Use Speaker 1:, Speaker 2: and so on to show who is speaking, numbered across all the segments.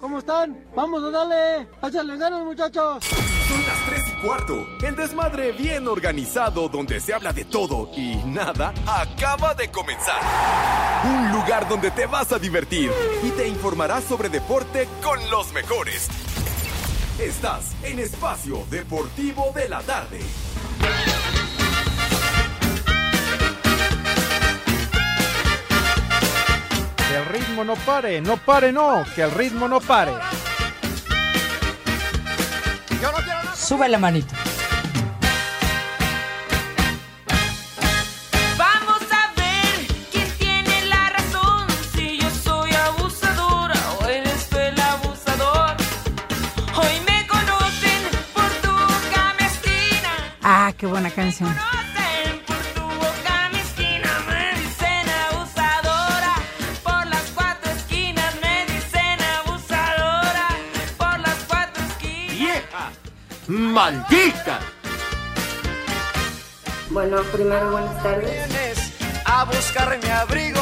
Speaker 1: ¿Cómo están? Vamos a darle. Échale ganas, muchachos.
Speaker 2: Son las 3 y cuarto. El desmadre bien organizado donde se habla de todo y nada acaba de comenzar. Un lugar donde te vas a divertir y te informarás sobre deporte con los mejores. Estás en Espacio Deportivo de la Tarde.
Speaker 3: Que el ritmo no pare, no pare, no, que el ritmo no pare.
Speaker 4: Sube la manito.
Speaker 5: Vamos a ver quién tiene la razón, si yo soy abusadora o eres tú el abusador. Hoy me conocen por tu boca mezquina,
Speaker 4: Ah, qué buena canción.
Speaker 5: conocen por tu boca mezquina, me dicen abusadora. Por las cuatro esquinas me dicen abusadora, por las cuatro esquinas.
Speaker 6: ¡Maldita!
Speaker 7: Bueno, primero buenas tardes.
Speaker 6: A buscar mi abrigo.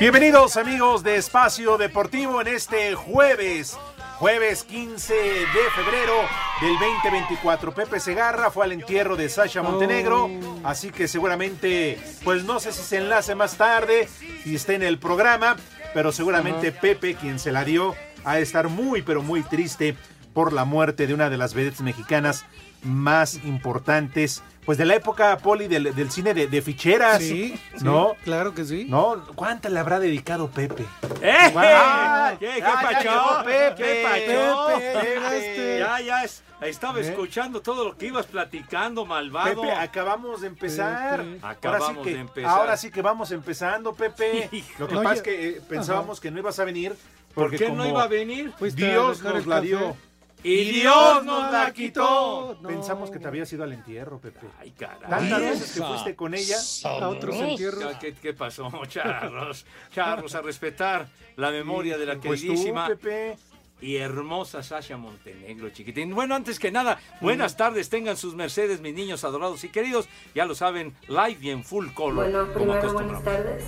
Speaker 8: Bienvenidos amigos de Espacio Deportivo en este jueves, jueves 15 de febrero del 2024. Pepe Segarra fue al entierro de Sasha Montenegro, así que seguramente, pues no sé si se enlace más tarde, si esté en el programa, pero seguramente Pepe, quien se la dio, ha de estar muy, pero muy triste por la muerte de una de las vedettes mexicanas más importantes, pues de la época, Poli, del, del cine de, de ficheras,
Speaker 1: Sí, sí,
Speaker 8: ¿no?
Speaker 1: Claro que sí.
Speaker 8: No, ¿cuánta le habrá dedicado Pepe?
Speaker 6: ¡Eh!
Speaker 8: Guau. ¡Ah!
Speaker 6: ¿Qué, qué
Speaker 8: Ya, ya
Speaker 6: pacho?
Speaker 8: llegó Pepe.
Speaker 6: ¿Qué pacho?
Speaker 1: Pepe, llegaste.
Speaker 6: Ya, ya, es- estaba
Speaker 8: ¿Eh?
Speaker 6: escuchando todo lo que ibas platicando, malvado.
Speaker 8: Pepe, acabamos de empezar.
Speaker 1: Pepe.
Speaker 6: Acabamos
Speaker 8: ahora sí que,
Speaker 6: de empezar.
Speaker 8: Ahora sí que vamos empezando, Pepe. Lo que
Speaker 1: Oye,
Speaker 8: pasa es que eh, pensábamos que no ibas a venir.
Speaker 6: ¿Por
Speaker 8: Porque
Speaker 6: qué
Speaker 8: como
Speaker 6: no iba a venir?
Speaker 1: Fuiste a
Speaker 8: Dios
Speaker 1: dejar
Speaker 8: nos
Speaker 1: el
Speaker 8: la
Speaker 1: café.
Speaker 8: dio.
Speaker 6: Y Dios nos la quitó.
Speaker 1: No.
Speaker 8: Pensamos que te habías ido al entierro, Pepe.
Speaker 6: Ay, caray.
Speaker 8: Tantas veces que fuiste con ella.
Speaker 1: A otros entierros.
Speaker 6: ¿Qué, qué pasó, Charros? Charros, a respetar la memoria de la
Speaker 8: Pues tú,
Speaker 6: queridísima
Speaker 8: Pepe.
Speaker 6: y hermosa Sasha Montenegro, chiquitín. Bueno, antes que nada,
Speaker 8: Mm.
Speaker 6: buenas tardes, tengan sus mercedes, mis niños adorados y queridos. Ya lo saben, live y en full color.
Speaker 7: Bueno,
Speaker 6: como
Speaker 7: primero buenas
Speaker 6: acostumbramos.
Speaker 7: tardes.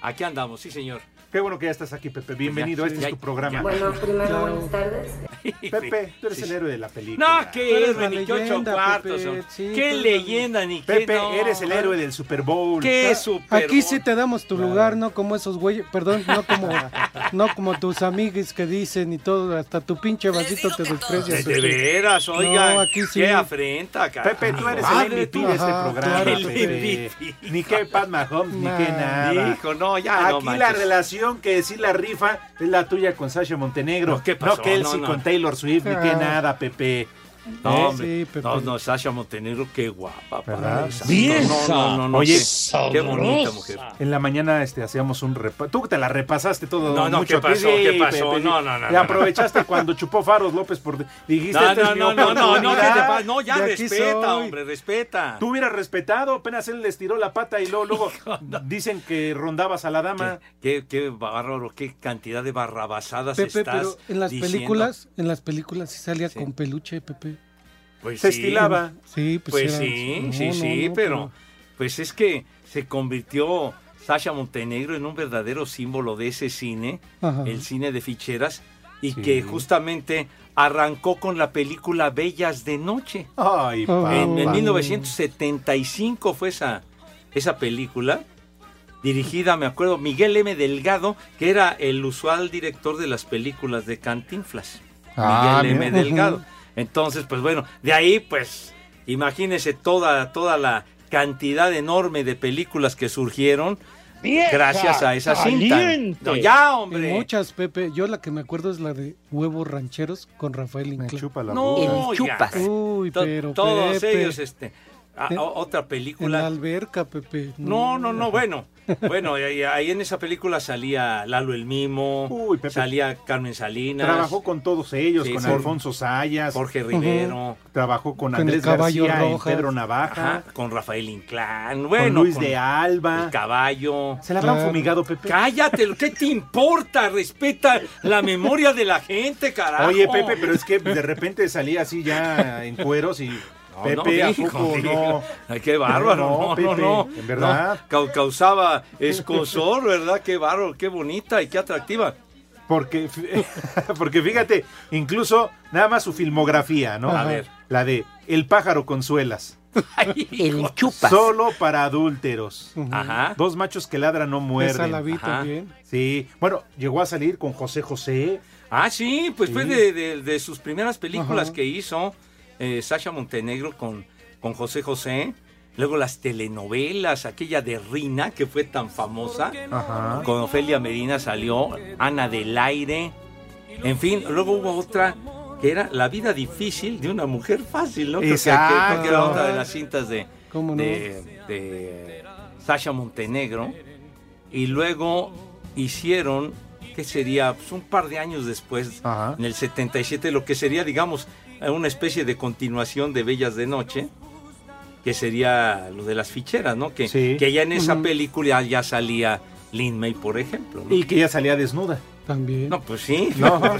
Speaker 6: Aquí andamos, sí, señor. Pues
Speaker 8: Qué bueno que ya estás aquí, Pepe. Bienvenido.
Speaker 6: Ya,
Speaker 8: este
Speaker 6: ya,
Speaker 8: es tu programa.
Speaker 6: ya.
Speaker 7: Bueno, primero buenas tardes.
Speaker 8: Pepe, tú eres el héroe de la película.
Speaker 6: No,
Speaker 1: Tú
Speaker 6: qué
Speaker 1: eres
Speaker 6: héroe,
Speaker 1: la
Speaker 6: ni qué ocho
Speaker 1: leyenda,
Speaker 6: cuartos.
Speaker 1: Pepe,
Speaker 6: hombre.
Speaker 1: sí,
Speaker 6: qué
Speaker 1: tú eres- Ah,
Speaker 6: leyenda, ni qué.
Speaker 8: Pepe,
Speaker 6: no.
Speaker 8: eres el héroe del Super Bowl.
Speaker 6: Qué super.
Speaker 1: Aquí sí te damos tu lugar, no como esos güeyes, perdón, no como, no como tus amigues que dicen y todo, hasta tu pinche vasito te
Speaker 6: De,
Speaker 1: desprecias.
Speaker 6: de veras, oiga.
Speaker 1: No, aquí sí.
Speaker 6: Qué afrenta, cara.
Speaker 8: Pepe, tú eres
Speaker 1: Madre,
Speaker 8: el MVP
Speaker 1: tú.
Speaker 8: de este
Speaker 1: Ajá,
Speaker 8: programa.
Speaker 1: claro,
Speaker 8: Pepe.
Speaker 6: el MVP.
Speaker 8: Ni que Pat Mahomes, ni
Speaker 1: Nah.
Speaker 8: que nada.
Speaker 6: Hijo, no, ya no
Speaker 8: Aquí la
Speaker 6: manches.
Speaker 8: relación que sí la rifa es la tuya con Sasha Montenegro.
Speaker 6: No, ¿qué pasó?
Speaker 8: No Kelsey
Speaker 6: No, no.
Speaker 8: con Taylor Swift, ni que
Speaker 1: Ah.
Speaker 8: nada, Pepe.
Speaker 6: No,
Speaker 1: Eh,
Speaker 6: hombre.
Speaker 1: sí, Pepe.
Speaker 6: no, no, Sasha Montenegro, qué guapa.
Speaker 8: ¿Verdad?
Speaker 6: padre santo. No, no, no, no,
Speaker 8: Oye.
Speaker 6: qué, qué bonita mujer.
Speaker 8: En la mañana este, hacíamos un repaso. Tú te la repasaste todo.
Speaker 6: No, no,
Speaker 8: mucho
Speaker 6: ¿qué pasó?
Speaker 8: Sí,
Speaker 6: ¿Qué pasó?
Speaker 8: Pepe, sí.
Speaker 6: No, no, no,
Speaker 8: Te
Speaker 6: no,
Speaker 8: aprovechaste cuando chupó Faros López por. Dijiste,
Speaker 6: No,
Speaker 8: "Esta es
Speaker 6: no,
Speaker 8: mi
Speaker 6: no, no, no, no, ¿qué te
Speaker 8: oportunidad".
Speaker 6: pasa? No, ya
Speaker 1: De aquí
Speaker 6: respeta,
Speaker 1: soy.
Speaker 6: hombre, respeta.
Speaker 8: Tú hubieras respetado, apenas él les tiró la pata y luego, luego dicen que rondabas a la dama.
Speaker 6: Qué, qué bárbaro, qué cantidad de barrabasadas
Speaker 1: Pepe,
Speaker 6: estás
Speaker 1: pero en las
Speaker 6: diciendo.
Speaker 1: películas, en las películas sí salía con peluche, Pepe.
Speaker 6: Pues
Speaker 8: Se
Speaker 6: sí.
Speaker 8: estilaba.
Speaker 1: Sí, pues,
Speaker 6: Pues
Speaker 1: era-
Speaker 6: sí,
Speaker 1: no,
Speaker 6: sí,
Speaker 1: no,
Speaker 6: sí,
Speaker 1: no,
Speaker 6: pero pues es que se convirtió Sasha Montenegro en un verdadero símbolo de ese cine,
Speaker 1: Ajá.
Speaker 6: el cine de ficheras, y que justamente arrancó con la película Bellas de Noche.
Speaker 8: Ay,
Speaker 1: Oh.
Speaker 8: papá.
Speaker 6: En, en
Speaker 1: Ah.
Speaker 6: 1975 fue esa, esa película, dirigida, me acuerdo, Miguel M. Delgado, que era el usual director de las películas de Cantinflas.
Speaker 8: Ah,
Speaker 6: Miguel M.
Speaker 8: mira.
Speaker 6: Delgado. Entonces, pues bueno, de ahí, pues, imagínense toda, toda la cantidad enorme de películas que surgieron gracias a esa cinta. No, ya,
Speaker 1: En
Speaker 6: hombre.
Speaker 1: muchas, Pepe. Yo la que me acuerdo es la de huevos rancheros con Rafael
Speaker 8: Me
Speaker 1: Inclán.
Speaker 8: chupa la boca.
Speaker 6: No, ya.
Speaker 4: chupas.
Speaker 1: Uy,
Speaker 6: To-
Speaker 1: pero
Speaker 6: todos
Speaker 1: Pepe.
Speaker 6: ellos, este. Ah,
Speaker 1: En-
Speaker 6: o- otra
Speaker 1: En
Speaker 6: película.
Speaker 1: la alberca, Pepe.
Speaker 6: No, no, no, bueno. Bueno, y- y ahí en esa película salía Lalo el Mimo,
Speaker 8: Uy, Pepe.
Speaker 6: salía Carmen Salinas.
Speaker 8: Trabajó con todos ellos,
Speaker 6: Sí,
Speaker 8: con
Speaker 6: Jorge-
Speaker 8: Alfonso Sayas,
Speaker 6: Jorge Rivero.
Speaker 8: Trabajó con
Speaker 1: Con el
Speaker 8: Andrés
Speaker 1: Caballo
Speaker 8: García, en
Speaker 1: Rojas.
Speaker 8: Pedro Navaja,
Speaker 6: Ajá, con Rafael Inclán, bueno,
Speaker 8: con Luis de Alba.
Speaker 6: el caballo.
Speaker 8: ¿Se la habrán
Speaker 1: Claro.
Speaker 8: fumigado, Pepe?
Speaker 6: Cállate, ¿qué te importa? Respeta la memoria de la gente, carajo.
Speaker 8: Oye, Pepe, pero es que de repente salía así ya en cueros y
Speaker 6: No,
Speaker 8: Pepe,
Speaker 6: no,
Speaker 8: ¿a
Speaker 6: dijo,
Speaker 8: poco
Speaker 6: dijo.
Speaker 8: no?
Speaker 6: Ay, qué bárbaro,
Speaker 8: No,
Speaker 6: no, no,
Speaker 8: Pepe,
Speaker 6: no,
Speaker 8: en verdad.
Speaker 6: no, cau- causaba escosor, ¿verdad? Qué bárbaro, qué bonita y qué atractiva.
Speaker 8: Porque, porque fíjate, incluso nada más su filmografía, ¿no?
Speaker 6: A ver.
Speaker 8: La de El pájaro con suelas.
Speaker 6: El
Speaker 8: Solo para adúlteros.
Speaker 6: Ajá.
Speaker 8: Dos machos que ladran no
Speaker 1: Esa la
Speaker 8: muerden.
Speaker 1: vi
Speaker 6: Ajá.
Speaker 1: también.
Speaker 8: Sí. Bueno, llegó a salir con José José.
Speaker 6: Ah, sí, pues fue
Speaker 8: Sí.
Speaker 6: de, de- de sus primeras películas
Speaker 1: Ajá.
Speaker 6: que hizo eh, Sasha Montenegro con, con José José. Luego las telenovelas, aquella de Rina que fue tan famosa.
Speaker 8: Ajá.
Speaker 6: Con Ofelia Medina salió Ana del Aire. En fin, luego hubo otra que era La vida difícil de una mujer fácil, ¿no? Creo que-
Speaker 8: Exacto.
Speaker 6: creo que era otra de las cintas de,
Speaker 1: ¿Cómo no?
Speaker 6: de, de Sasha Montenegro. Y luego hicieron, que sería pues, un par de años después,
Speaker 8: Ajá.
Speaker 6: en el 77, lo que sería, digamos, una especie de continuación de Bellas de Noche, que sería lo de las ficheras, ¿no? Que,
Speaker 8: Sí.
Speaker 6: que ya en esa
Speaker 1: Ujú.
Speaker 6: película ya salía Lin May, por ejemplo. ¿no?
Speaker 8: Y que ya salía desnuda.
Speaker 1: También.
Speaker 6: No, pues sí.
Speaker 8: No.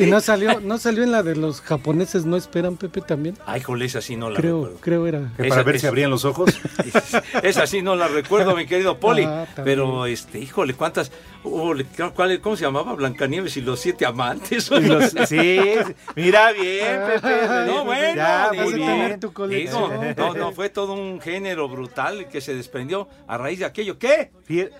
Speaker 1: Y no salió, no salió en la de los japoneses no esperan, Pepe, también.
Speaker 6: Ay, jole, esa sí no la
Speaker 1: creo,
Speaker 6: recuerdo.
Speaker 1: creo era.
Speaker 8: Que
Speaker 6: Esa-
Speaker 8: para ver
Speaker 6: esa-
Speaker 8: si abrían los ojos.
Speaker 6: Esa sí no la recuerdo, mi querido Poli.
Speaker 1: Ah, también.
Speaker 6: pero, este, híjole, ¿cuántas? Híjole, ¿cuál- ¿Cómo se llamaba? Blancanieves y los siete amantes.
Speaker 8: Y los- sí. Mira bien,
Speaker 1: Ah,
Speaker 8: Pepe.
Speaker 6: No, bueno,
Speaker 8: Mira,
Speaker 1: vas a
Speaker 8: muy
Speaker 6: digo,
Speaker 8: bien.
Speaker 1: pues, tener tu colección.
Speaker 6: digo, no, no, fue todo un género brutal que se desprendió a raíz de aquello. ¿Qué?
Speaker 8: Fie-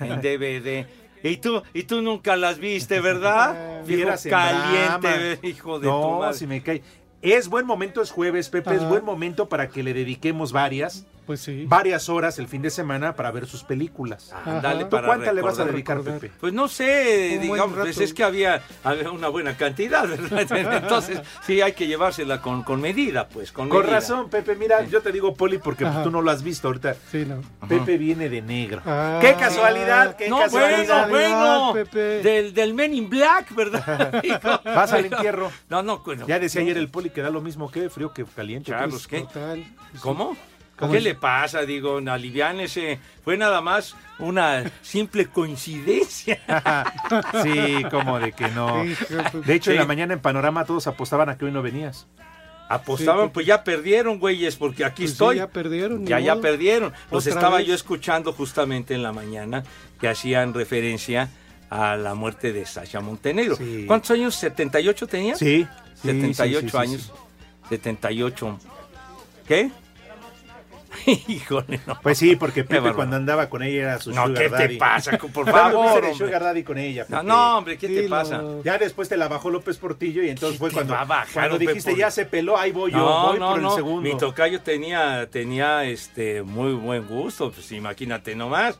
Speaker 6: En DVD. Y tú, y tú nunca las viste, ¿verdad? Viejo
Speaker 8: Vieras en
Speaker 6: caliente,
Speaker 8: Brahma.
Speaker 6: hijo de
Speaker 8: no,
Speaker 6: tu madre.
Speaker 8: si me cae. Es buen momento, es jueves, Pepe, es
Speaker 1: Ajá.
Speaker 8: buen momento para que le dediquemos varias,
Speaker 1: Pues sí.
Speaker 8: varias horas el fin de semana para ver sus películas.
Speaker 1: Ajá.
Speaker 6: Ándale,
Speaker 8: ¿Tú
Speaker 6: Ah, para
Speaker 8: cuánta le vas a
Speaker 6: recordar.
Speaker 8: dedicar,
Speaker 1: recordar.
Speaker 8: Pepe?
Speaker 6: Pues no sé,
Speaker 1: Un buen
Speaker 6: digamos, pues
Speaker 1: rato.
Speaker 6: es que había, había una buena cantidad, ¿verdad? Entonces, sí, hay que llevársela con, con medida, pues, con,
Speaker 8: Con
Speaker 6: medida.
Speaker 8: razón, Pepe, mira, yo te digo Poli porque pues,
Speaker 1: Ajá.
Speaker 8: tú no lo has visto ahorita.
Speaker 1: Sí, no.
Speaker 8: Pepe viene de negro.
Speaker 1: Ah.
Speaker 8: ¡Qué casualidad! ¡Qué
Speaker 6: No, bueno,
Speaker 8: casualidad!
Speaker 6: bueno,
Speaker 1: Pepe.
Speaker 6: del, del Men in Black, ¿verdad?
Speaker 8: Vas al entierro.
Speaker 6: No, no, bueno.
Speaker 8: Ya decía ayer el Poli que da lo mismo que frío que caliente. pues.
Speaker 6: Charlos, ¿qué?
Speaker 1: Total.
Speaker 6: ¿Cómo?
Speaker 1: ¿Cómo
Speaker 6: ¿Qué
Speaker 1: es?
Speaker 6: le pasa? Digo, no, aliviánese. Fue nada más una simple coincidencia.
Speaker 8: sí, como de que no.
Speaker 1: Hijo, Pepe.
Speaker 8: De hecho, en la
Speaker 6: Sí.
Speaker 8: mañana en Panorama todos apostaban a que hoy no venías.
Speaker 6: Apostaban,
Speaker 1: Sí,
Speaker 6: pues ya perdieron, güeyes, porque aquí
Speaker 1: Pues sí,
Speaker 6: estoy.
Speaker 1: ya perdieron, ni
Speaker 6: Ya, ya
Speaker 1: modo.
Speaker 6: perdieron. Los
Speaker 1: Otra
Speaker 6: estaba
Speaker 1: vez.
Speaker 6: yo escuchando justamente en la mañana que hacían referencia a la muerte de Sasha Montenegro.
Speaker 8: Sí.
Speaker 6: ¿Cuántos años? ¿78 tenía?
Speaker 8: Sí.
Speaker 6: 78 años. 78. ¿Qué? Híjole, no.
Speaker 8: Pues sí, porque Pepe
Speaker 6: bárbaro.
Speaker 8: cuando andaba con ella era su
Speaker 6: No,
Speaker 8: sugar
Speaker 6: ¿qué te
Speaker 8: daddy.
Speaker 6: pasa? Por
Speaker 8: Fue lo que hice
Speaker 6: favor,
Speaker 8: de
Speaker 6: hombre.
Speaker 8: sugar daddy con ella.
Speaker 6: No,
Speaker 8: Pepe.
Speaker 6: no, hombre, ¿qué te
Speaker 1: Sí,
Speaker 6: pasa?
Speaker 1: lo-
Speaker 8: Ya después te la bajó López Portillo y entonces
Speaker 6: ¿Qué
Speaker 8: fue
Speaker 6: te
Speaker 8: cuando,
Speaker 6: va a bajar,
Speaker 8: cuando
Speaker 6: hombre,
Speaker 8: dijiste
Speaker 6: por-
Speaker 8: ya se peló, ahí voy yo, voy por el segundo.
Speaker 6: Mi tocayo tenía, tenía este muy buen gusto, pues imagínate nomás.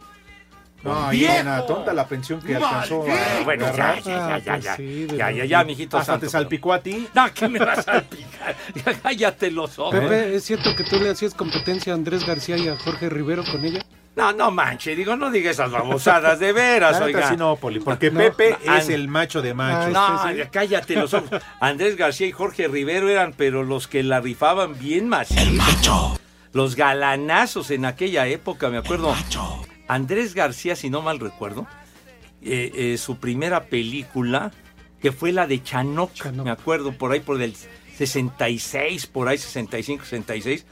Speaker 8: no, y
Speaker 6: ¡Viejo!
Speaker 8: una tonta la pensión que alcanzó. a
Speaker 6: Bueno, ya,
Speaker 8: agarrar.
Speaker 6: ya, ya, ya,
Speaker 1: Ah, pues
Speaker 6: ya,
Speaker 1: sí, de
Speaker 6: ya,
Speaker 1: lo-
Speaker 6: ya, ya, mijito
Speaker 8: Hasta
Speaker 6: santo,
Speaker 8: te salpicó a ti.
Speaker 6: pero- No, que Ah, me vas a salpicar. Ya cállate los ojos.
Speaker 1: Pepe, ¿es cierto que tú le hacías competencia a Andrés García y a Jorge Rivero con ella?
Speaker 6: No, no manches, digo, no digas esas babosadas, de veras,
Speaker 8: La neta
Speaker 6: oiga.
Speaker 8: sí no, Poli, porque
Speaker 1: No.
Speaker 8: Pepe
Speaker 6: No,
Speaker 8: es
Speaker 6: and-
Speaker 8: el macho de machos.
Speaker 6: No,
Speaker 1: Este sí.
Speaker 6: ya cállate los ojos. Andrés García y Jorge Rivero eran, pero los que la rifaban bien macizo. Los galanazos en aquella época, me acuerdo. Andrés García, si no mal recuerdo, eh, eh, su primera película, que fue la de Chanoc,
Speaker 1: Chanoc.
Speaker 6: me acuerdo, por ahí por el 66, por ahí 65, 66.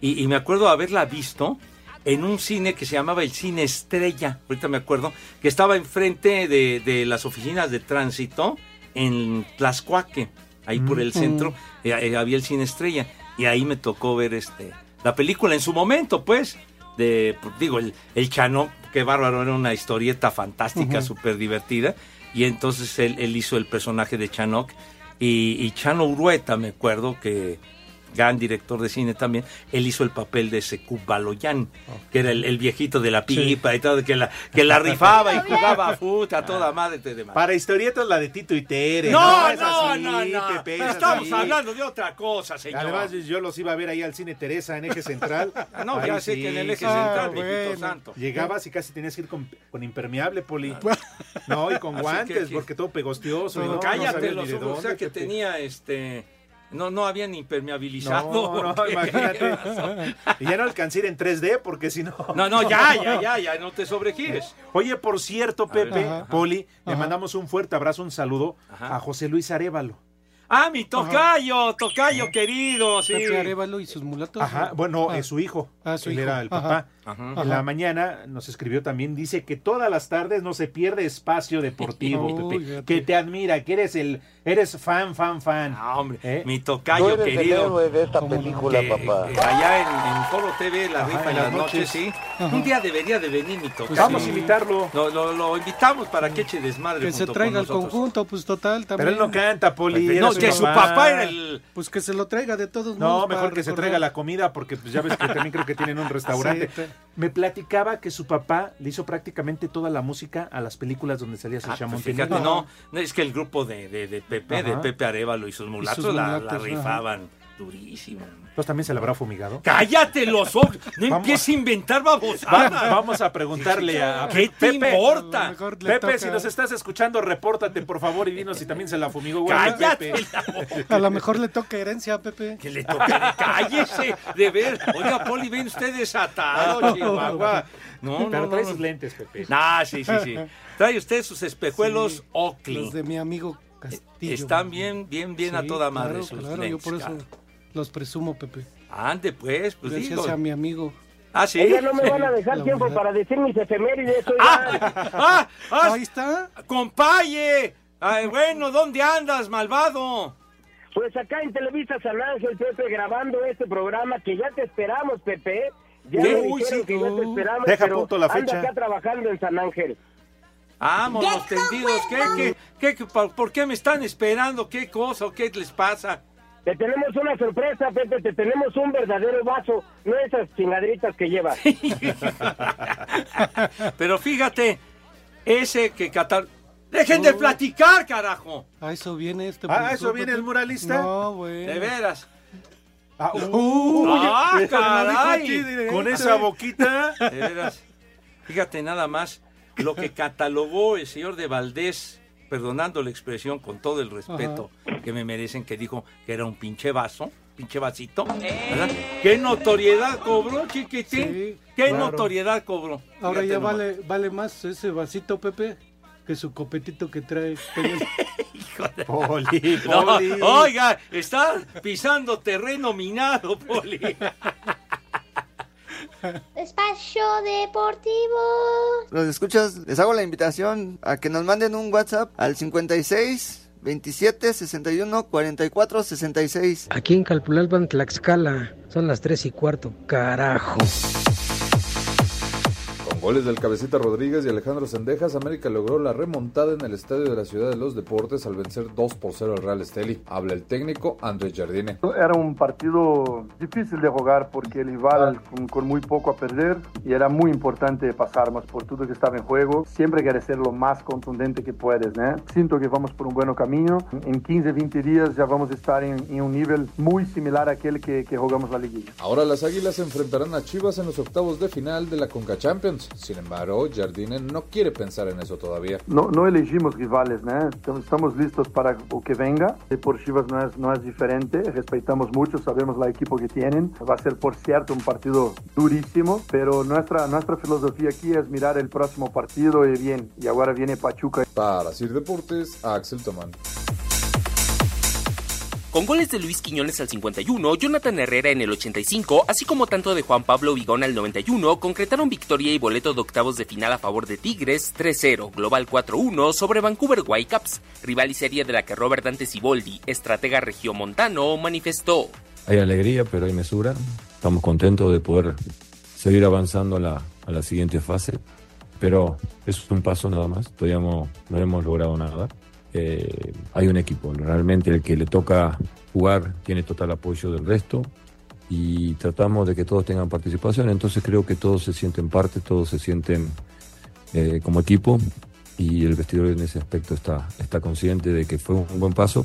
Speaker 6: Y, y me acuerdo haberla visto en un cine que se llamaba el Cine Estrella, ahorita me acuerdo, que estaba enfrente de, de las oficinas de tránsito en Tlaxcuaque, ahí por el centro, eh, eh, había el Cine Estrella. Y ahí me tocó ver este la película en su momento, pues. De, pues, digo, el, el Chano, qué bárbaro, era una historieta fantástica, súper divertida. Y entonces él, él hizo el personaje de Chanoc. Y, y Chano Urueta, me acuerdo, que, gran director de cine también, él hizo el papel de ese Baloyan, que era el, el viejito de la pipa y todo, que la, que la rifaba y jugaba a fut, a toda madre y demás.
Speaker 8: Para historietas la de Tito y Tere.
Speaker 6: No,
Speaker 8: Es
Speaker 6: no,
Speaker 8: así,
Speaker 6: no, no.
Speaker 8: Pepe, es
Speaker 6: Estamos
Speaker 8: así.
Speaker 6: hablando de otra cosa, señor.
Speaker 8: Además, yo los iba a ver ahí al cine Teresa en Eje Central.
Speaker 6: Ah, no,
Speaker 8: Ahí
Speaker 6: ya sé que en el Eje Central, bendito santo.
Speaker 8: Ah,
Speaker 6: Ah,
Speaker 8: Llegabas y casi tenías que ir con, con impermeable, Poli. No, y con
Speaker 6: Así
Speaker 8: guantes,
Speaker 6: que- que-
Speaker 8: porque todo pegostioso. y
Speaker 6: No,
Speaker 8: no, no
Speaker 6: cállate
Speaker 8: sabías ni
Speaker 6: los
Speaker 8: de
Speaker 6: ojos, o sea
Speaker 8: dónde,
Speaker 6: que
Speaker 8: Pepe.
Speaker 6: tenía este no no habían impermeabilizado.
Speaker 8: No, no,
Speaker 6: porque-
Speaker 8: imagínate. Y ya no alcancé a ir en 3D, porque si no...
Speaker 6: No, no, ya, ya, ya, ya, no te sobregires.
Speaker 8: Oye, por cierto,
Speaker 6: ver,
Speaker 8: Pepe,
Speaker 6: ajá.
Speaker 8: Poli, le mandamos un fuerte abrazo, un saludo a José Luis Arevalo.
Speaker 6: Ah, mi tocayo, tocayo querido, sí.
Speaker 1: Pepe Arevalo y sus mulatos.
Speaker 8: Ajá,
Speaker 1: ¿no?
Speaker 8: bueno,
Speaker 1: Ah,
Speaker 8: es su hijo.
Speaker 1: Ah, su
Speaker 8: Él
Speaker 1: hijo.
Speaker 8: era el
Speaker 1: Ajá.
Speaker 8: papá.
Speaker 6: Ajá.
Speaker 8: En la mañana nos escribió también, dice que todas las tardes no se pierde espacio deportivo,
Speaker 1: Uy,
Speaker 8: Pepe,
Speaker 1: fíjate.
Speaker 8: que te admira, que eres el, eres fan, fan, fan.
Speaker 6: Ah, hombre,
Speaker 8: ¿Eh?
Speaker 6: mi
Speaker 9: Tú
Speaker 6: tocayo
Speaker 9: eres el
Speaker 6: querido.
Speaker 9: héroe de esta película,
Speaker 6: que-
Speaker 9: papá.
Speaker 6: que allá en, en Foro TV, la
Speaker 8: Ajá,
Speaker 6: rifa en las noches, sí. Un día debería de venir mi tocayo.
Speaker 8: Vamos a
Speaker 6: Sí.
Speaker 8: invitarlo.
Speaker 6: Lo, lo- lo invitamos para que eche desmadre.
Speaker 1: Que se
Speaker 6: junto con
Speaker 1: traiga el
Speaker 6: nosotros.
Speaker 1: conjunto, pues total también.
Speaker 8: Pero él no canta, Poli.
Speaker 6: Pepe,
Speaker 8: era
Speaker 6: No, que Pues su papá era el.
Speaker 1: Pues que se lo traiga de todos modos.
Speaker 8: No, mejor
Speaker 1: para
Speaker 8: que se
Speaker 1: recordar.
Speaker 8: traiga la comida, porque pues, ya ves que también creo que tienen un restaurante.
Speaker 1: Sí, te-
Speaker 8: Me platicaba que su papá le hizo prácticamente toda la música a las películas donde salía
Speaker 6: Ah,
Speaker 8: Sacha
Speaker 6: pues
Speaker 8: Montenegro.
Speaker 6: fíjate, no, no, es que el grupo de, de- de Pepe, de
Speaker 8: Ajá.
Speaker 6: Pepe Arevalo y sus mulatos, la- la,
Speaker 1: mulatos, ajá.
Speaker 6: rifaban durísimo.
Speaker 8: Entonces también se la habrá fumigado.
Speaker 6: ¡Cállate los ojos! ¡No
Speaker 8: Vamos.
Speaker 6: empieces a inventar
Speaker 8: Va-
Speaker 6: babosadas!
Speaker 8: vamos a preguntarle a
Speaker 6: ¿Qué te importa?
Speaker 1: mejor le
Speaker 8: Pepe,
Speaker 1: toca-
Speaker 8: si nos estás escuchando, repórtate por favor y dinos si también se la fumigó. güey,
Speaker 6: ¡Cállate!
Speaker 8: Pepe.
Speaker 6: la boca!
Speaker 1: A lo mejor le toca herencia a Pepe.
Speaker 6: Que le toque, cállese de ver. Oiga, Poli, ven usted desatado, Chihuahua. No, no,
Speaker 8: Pero
Speaker 6: no,
Speaker 8: trae
Speaker 6: no.
Speaker 8: sus lentes, Pepe.
Speaker 6: Nah, sí, sí, sí. Trae usted sus espejuelos Oakley.
Speaker 1: Los de mi amigo Castillo.
Speaker 6: Están bien, bien, bien a
Speaker 1: Sí,
Speaker 6: toda madre
Speaker 1: Claro,
Speaker 6: sus
Speaker 1: claro, yo
Speaker 6: lentes,
Speaker 1: por eso
Speaker 6: cara.
Speaker 1: los presumo, Pepe.
Speaker 6: Ande, pues, pues
Speaker 1: Gracias
Speaker 6: digo.
Speaker 1: a mi amigo.
Speaker 6: Ah, sí.
Speaker 9: Oye, no me van a dejar
Speaker 1: La
Speaker 9: tiempo
Speaker 1: verdad.
Speaker 9: para decir mis efemérides. oigan.
Speaker 6: ¡Ah! ¡Ah! ¡Ah!
Speaker 1: Ahí está.
Speaker 6: ¡Compaye! Ay, bueno, ¿dónde andas, malvado?
Speaker 9: Pues acá en Televisa San Ángel, Pepe, grabando este programa que ya te esperamos, Pepe. Ya
Speaker 6: Sí,
Speaker 9: me
Speaker 6: uy,
Speaker 9: dijeron
Speaker 6: sí,
Speaker 9: que ya te esperamos,
Speaker 8: Deja
Speaker 9: pero
Speaker 8: punto la
Speaker 9: anda
Speaker 8: fecha.
Speaker 9: acá trabajando en San Ángel.
Speaker 6: Vámonos tendidos. ¿Qué, qué, qué, qué- por, por qué me están esperando? ¿Qué cosa o qué les pasa?
Speaker 9: Te tenemos una sorpresa, Pepe, te tenemos un verdadero vaso, no esas chingadritas que llevas.
Speaker 6: Pero fíjate, ese que Qatar. ¡Dejen de platicar, carajo!
Speaker 1: A Oh. eso viene este.
Speaker 8: Ah, ¿a
Speaker 1: productor,
Speaker 8: eso viene el
Speaker 1: Pepe.
Speaker 8: muralista?
Speaker 1: No, güey.
Speaker 6: De veras.
Speaker 8: Ah,
Speaker 6: uh,
Speaker 1: Uy,
Speaker 6: ¡Ah,
Speaker 1: me dijo
Speaker 6: caray!
Speaker 1: aquí directo.
Speaker 8: con esa boquita.
Speaker 6: De veras. Fíjate nada más lo que catalogó el señor de Valdés, perdonando la expresión con todo el respeto que me merecen, que dijo que era un pinche vaso, pinche vasito. ¿verdad? ¿Qué notoriedad cobró, chiquitín?
Speaker 1: Eh. Sí,
Speaker 6: ¿Qué
Speaker 1: claro.
Speaker 6: notoriedad cobró?
Speaker 1: Ahora
Speaker 6: Fíjate
Speaker 1: ya
Speaker 6: nomás.
Speaker 1: vale, vale más ese vasito, Pepe, que su copetito que trae.
Speaker 6: Hijo de-
Speaker 8: Poli,
Speaker 6: No,
Speaker 8: Poli.
Speaker 6: oiga, está pisando terreno minado, Poli.
Speaker 10: Espacio Deportivo.
Speaker 11: Los escuchas, les hago la invitación a que nos manden un WhatsApp al 56 27 61 44 66.
Speaker 12: Aquí en Calpulalpan, Tlaxcala, son las 3 y cuarto. Carajo.
Speaker 13: Con goles del Cabecita Rodríguez y Alejandro Sendejas, América logró la remontada en el Estadio de la Ciudad de los Deportes al vencer 2 por 0 al Real Esteli. Habla el técnico Andrés Jardine.
Speaker 14: Era un partido difícil de jugar porque el rival con, con muy poco a perder y era muy importante pasarnos por todo lo que estaba en juego. Siempre quieres ser lo más contundente que puedes, ¿no? Siento que vamos por un buen camino. En 15, 20 días ya vamos a estar en, en un nivel muy similar a aquel que, que jugamos la liguilla.
Speaker 13: Ahora las Águilas se enfrentarán a Chivas en los octavos de final de la Conca Champions. Sin embargo, Jardine no quiere pensar en eso todavía.
Speaker 14: No, no elegimos rivales, ¿no? Estamos- Estamos listos para o que venga. Y por Chivas no es, no es diferente. Respetamos mucho, sabemos la equipo que tienen. Va a ser, por cierto, un partido durísimo, pero nuestra, nuestra filosofía aquí es mirar el próximo partido y bien. Y ahora viene Pachuca.
Speaker 13: Para Sir Deportes, Axel Tomán.
Speaker 15: Con goles de Luis Quiñones al 51, Jonathan Herrera en el 85, así como tanto de Juan Pablo Vigón al 91, concretaron victoria y boleto de octavos de final a favor de Tigres 3-0, Global 4-1 sobre Vancouver Whitecaps, rival y serie de la que Robert Dante Siboldi, estratega regiomontano, manifestó.
Speaker 16: Hay alegría, pero hay mesura. Estamos contentos de poder seguir avanzando a la, a la siguiente fase, pero eso es un paso nada más. Todavía no, no hemos logrado nada. eh, hay un equipo. Realmente el que le toca jugar tiene total apoyo del resto y tratamos de que todos tengan participación. Entonces creo que todos se sienten parte, todos se sienten eh, como equipo y el vestidor en ese aspecto está, está consciente de que fue un buen paso,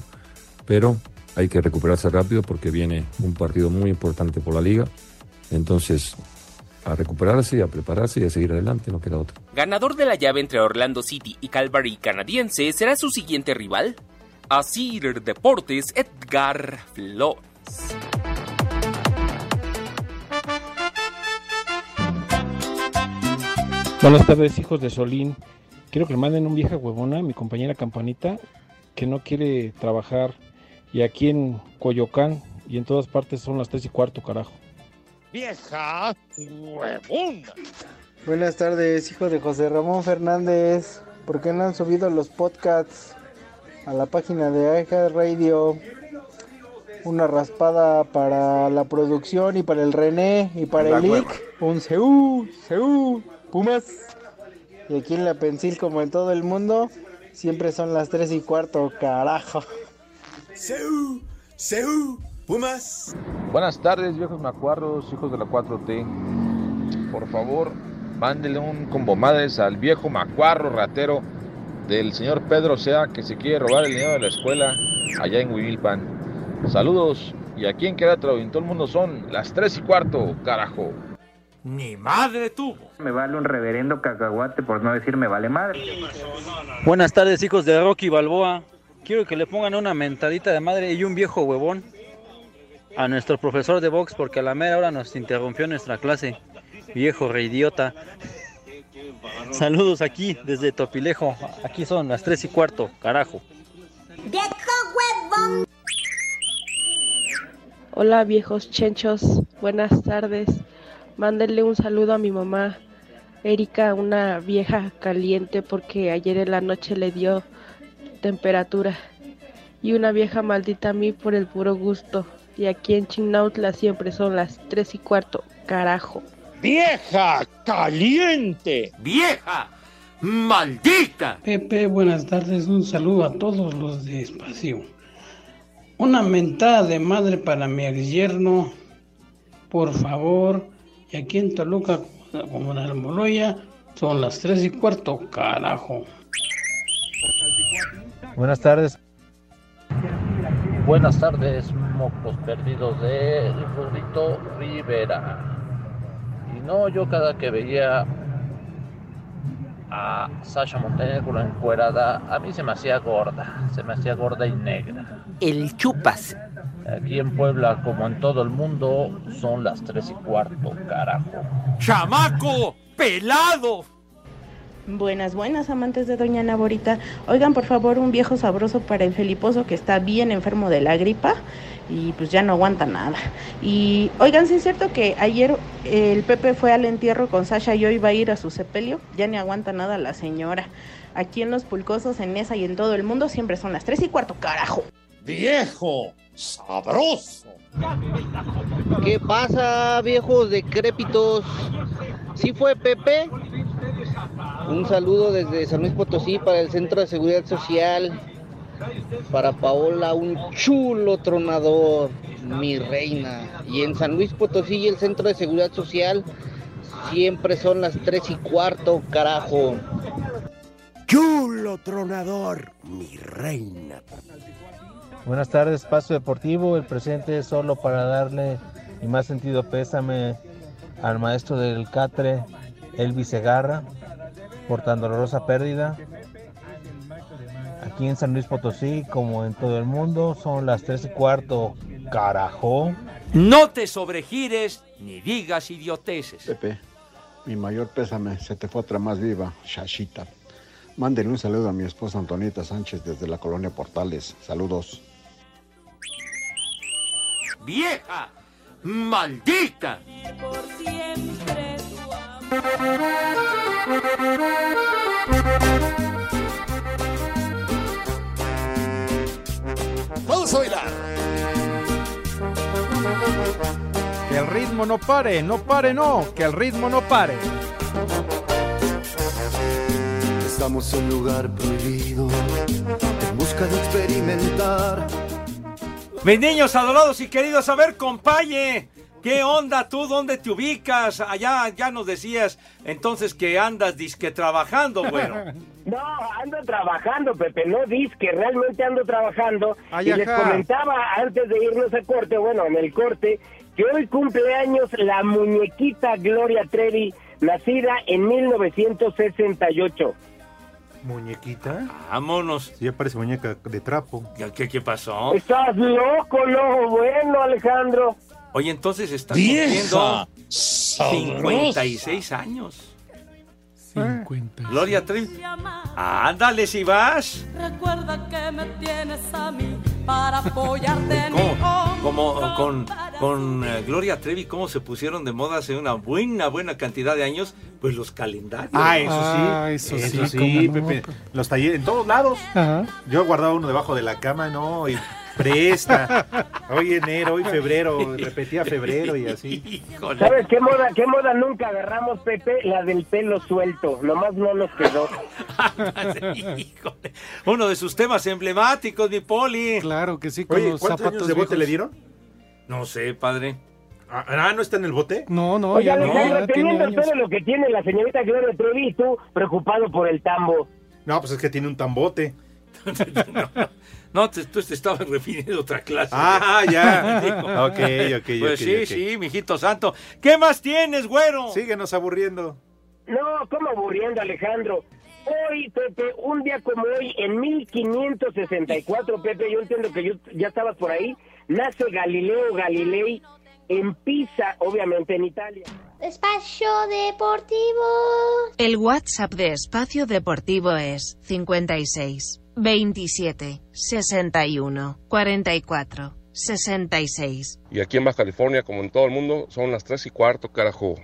Speaker 16: pero hay que recuperarse rápido porque viene un partido muy importante por la liga. Entonces, a recuperarse, a prepararse y a seguir adelante, no queda otra.
Speaker 15: Ganador de la llave entre Orlando City y Calvary canadiense será su siguiente rival. Asir Deportes Edgar Flores.
Speaker 1: Buenas tardes, hijos de Solín. Quiero que le manden un vieja huevona a mi compañera Campanita, que no quiere trabajar. Y aquí en Coyoacán y en todas partes son las tres y cuarto, carajo.
Speaker 6: Vieja huevona.
Speaker 12: Buenas tardes, hijo de José Ramón Fernández. ¿Por qué no han subido los podcasts a la página de AEJA Radio? Una raspada para la producción y para el René y para
Speaker 17: La
Speaker 12: el
Speaker 17: hueva.
Speaker 12: IC. Un CEU, CEU, Pumas. Y aquí en la Pensil, como en todo el mundo, siempre son las 3 y cuarto, carajo.
Speaker 18: Seu, Seu, Pumas.
Speaker 19: Buenas tardes, viejos macuarros, hijos de la 4T. Por favor, mándele un combo madres al viejo macuarro ratero del señor Pedro Sea que se quiere robar el dinero de la escuela allá en Huimilpan. Saludos, y aquí en Querétaro y en todo el mundo son las 3 y cuarto, carajo.
Speaker 9: Mi madre tuvo. Me vale un reverendo cacahuate por no decir me vale madre.
Speaker 20: Buenas tardes, hijos de Rocky Balboa. Quiero que le pongan una mentadita de madre y un viejo huevón a nuestro profesor de box porque a la mera hora nos interrumpió nuestra clase. Viejo reidiota. Saludos aquí desde Topilejo. Aquí son las 3 y cuarto, carajo.
Speaker 7: ¡Viejo huevón!
Speaker 21: Hola viejos chenchos, buenas tardes. Mándenle un saludo a mi mamá, Erika, una vieja caliente porque ayer en la noche le dio temperatura. Y una vieja maldita a mí por el puro gusto. Y aquí en Chignautla siempre son las tres y cuarto, carajo.
Speaker 6: Vieja caliente. Vieja maldita.
Speaker 22: Pepe, buenas tardes. Un saludo a todos los de Espacio. Una mentada de madre para mi ex yerno, por favor. Y aquí en Toluca, como en Almoloya, son las tres y cuarto, carajo.
Speaker 23: Buenas tardes.
Speaker 24: Buenas tardes, mocos perdidos de El Jorrito Rivera. Y no, yo cada que veía a Sasha Montenegro encuerada, a mí se me hacía gorda, se me hacía gorda y negra.
Speaker 22: El chupas.
Speaker 24: Aquí en Puebla, como en todo el mundo, son las tres y cuarto, carajo.
Speaker 7: ¡Chamaco! ¡Pelado!
Speaker 25: Buenas, buenas, amantes de Doña Naborita. Oigan, por favor, un viejo sabroso para el Feliposo que está bien enfermo de la gripa y pues ya no aguanta nada. Y oigan, si es cierto que ayer eh, el Pepe fue al entierro con Sasha y hoy va a ir a su sepelio, ya ni aguanta nada la señora. Aquí en Los Pulcosos, en esa y en todo el mundo siempre son las tres y cuarto, carajo.
Speaker 6: Viejo sabroso.
Speaker 22: ¿Qué pasa, viejos decrépitos? ¿Sí fue Pepe? Un saludo desde San Luis Potosí para el Centro de Seguridad Social. Para Paola, un chulo tronador, mi reina. Y en San Luis Potosí y el Centro de Seguridad Social siempre son las 3 y cuarto, carajo.
Speaker 6: Chulo tronador, mi reina.
Speaker 23: Buenas tardes, Paso Deportivo. El presente es solo para darle y más sentido pésame al maestro del Catre, Elvis Segarra, por tan dolorosa pérdida. Aquí en San Luis Potosí, como en todo el mundo, son las tres y cuarto. Carajo.
Speaker 9: No te sobregires ni digas idioteces.
Speaker 26: Pepe, mi mayor pésame, se te fue otra más viva, Shashita. Mándenle un saludo a mi esposa Antonieta Sánchez desde la colonia Portales. Saludos.
Speaker 7: ¡Vieja! ¡Maldita! Por siempre tu amor.
Speaker 27: Vamos a bailar.
Speaker 28: Que el ritmo no pare, no pare, no, que el ritmo no pare.
Speaker 29: Estamos en un lugar prohibido. Tengo
Speaker 6: Mis niños adorados y queridos, a ver, compaye, ¿qué onda tú? ¿Dónde te ubicas? Allá ya nos decías entonces que andas disque trabajando, bueno.
Speaker 9: No, ando trabajando, Pepe, no dis que realmente ando trabajando.
Speaker 6: Ay,
Speaker 9: y les
Speaker 6: ajá.
Speaker 9: comentaba antes de irnos a corte, bueno, en el corte, que hoy cumple años la muñequita Gloria Trevi, nacida en 1968.
Speaker 8: Muñequita.
Speaker 6: Vámonos.
Speaker 8: Sí, ya parece muñeca de trapo.
Speaker 6: ¿Qué, qué
Speaker 8: Oh.
Speaker 6: pasó?
Speaker 9: Estás loco, no, bueno, Alejandro.
Speaker 6: Oye, entonces estás
Speaker 9: Vieja
Speaker 6: cumpliendo 56 años.
Speaker 1: 50.
Speaker 6: Gloria Trevi. Ándale si vas.
Speaker 30: Recuerda que me tienes a mí para apoyarte en mi
Speaker 6: Como con, con eh, Gloria Trevi, cómo se pusieron de moda hace una buena, buena cantidad de años, pues los calendarios.
Speaker 8: Ah, eso sí. eso sí,
Speaker 1: cómo no,
Speaker 8: Pepe. Los talleres en todos lados. Yo guardaba uno debajo de la cama, no, y presta. hoy enero, hoy febrero, repetía febrero y así.
Speaker 9: ¿Sabes qué moda, qué moda nunca agarramos, Pepe? La del pelo suelto, nomás no nos quedó.
Speaker 6: Ah, Uno de sus temas emblemáticos, mi poli.
Speaker 1: Claro que sí,
Speaker 6: con
Speaker 8: Oye,
Speaker 6: los
Speaker 8: ¿cuántos
Speaker 6: zapatos
Speaker 8: años de bote
Speaker 6: viejos.
Speaker 8: le dieron?
Speaker 6: No sé, padre.
Speaker 8: Ah, ¿no está en el bote?
Speaker 1: No, no,
Speaker 9: Oye,
Speaker 1: ya no.
Speaker 9: Alejandro,
Speaker 1: ya tiene
Speaker 9: teniendo
Speaker 1: años.
Speaker 9: todo lo que tiene la señorita Gloria Trevi, tú preocupado por el tambo.
Speaker 8: No, pues es que tiene un tambote.
Speaker 6: No, te, tú te estabas refiriendo a otra clase.
Speaker 8: Ah, ya.
Speaker 6: Digo,
Speaker 8: Ok, ok, ok,
Speaker 6: Pues sí,
Speaker 8: ok.
Speaker 6: sí, mijito santo. ¿Qué más tienes, güero?
Speaker 8: Síguenos aburriendo.
Speaker 9: No, ¿cómo aburriendo, Alejandro? Hoy, Pepe, un día como hoy, en 1564, Pepe, yo entiendo que yo, ya estabas por ahí, nace Galileo Galilei en Pisa, obviamente en Italia.
Speaker 31: Espacio Deportivo. El WhatsApp de Espacio Deportivo es 56 27 61 44 66.
Speaker 32: Y aquí en Baja California, como en todo el mundo, son las 3 y cuarto, carajo.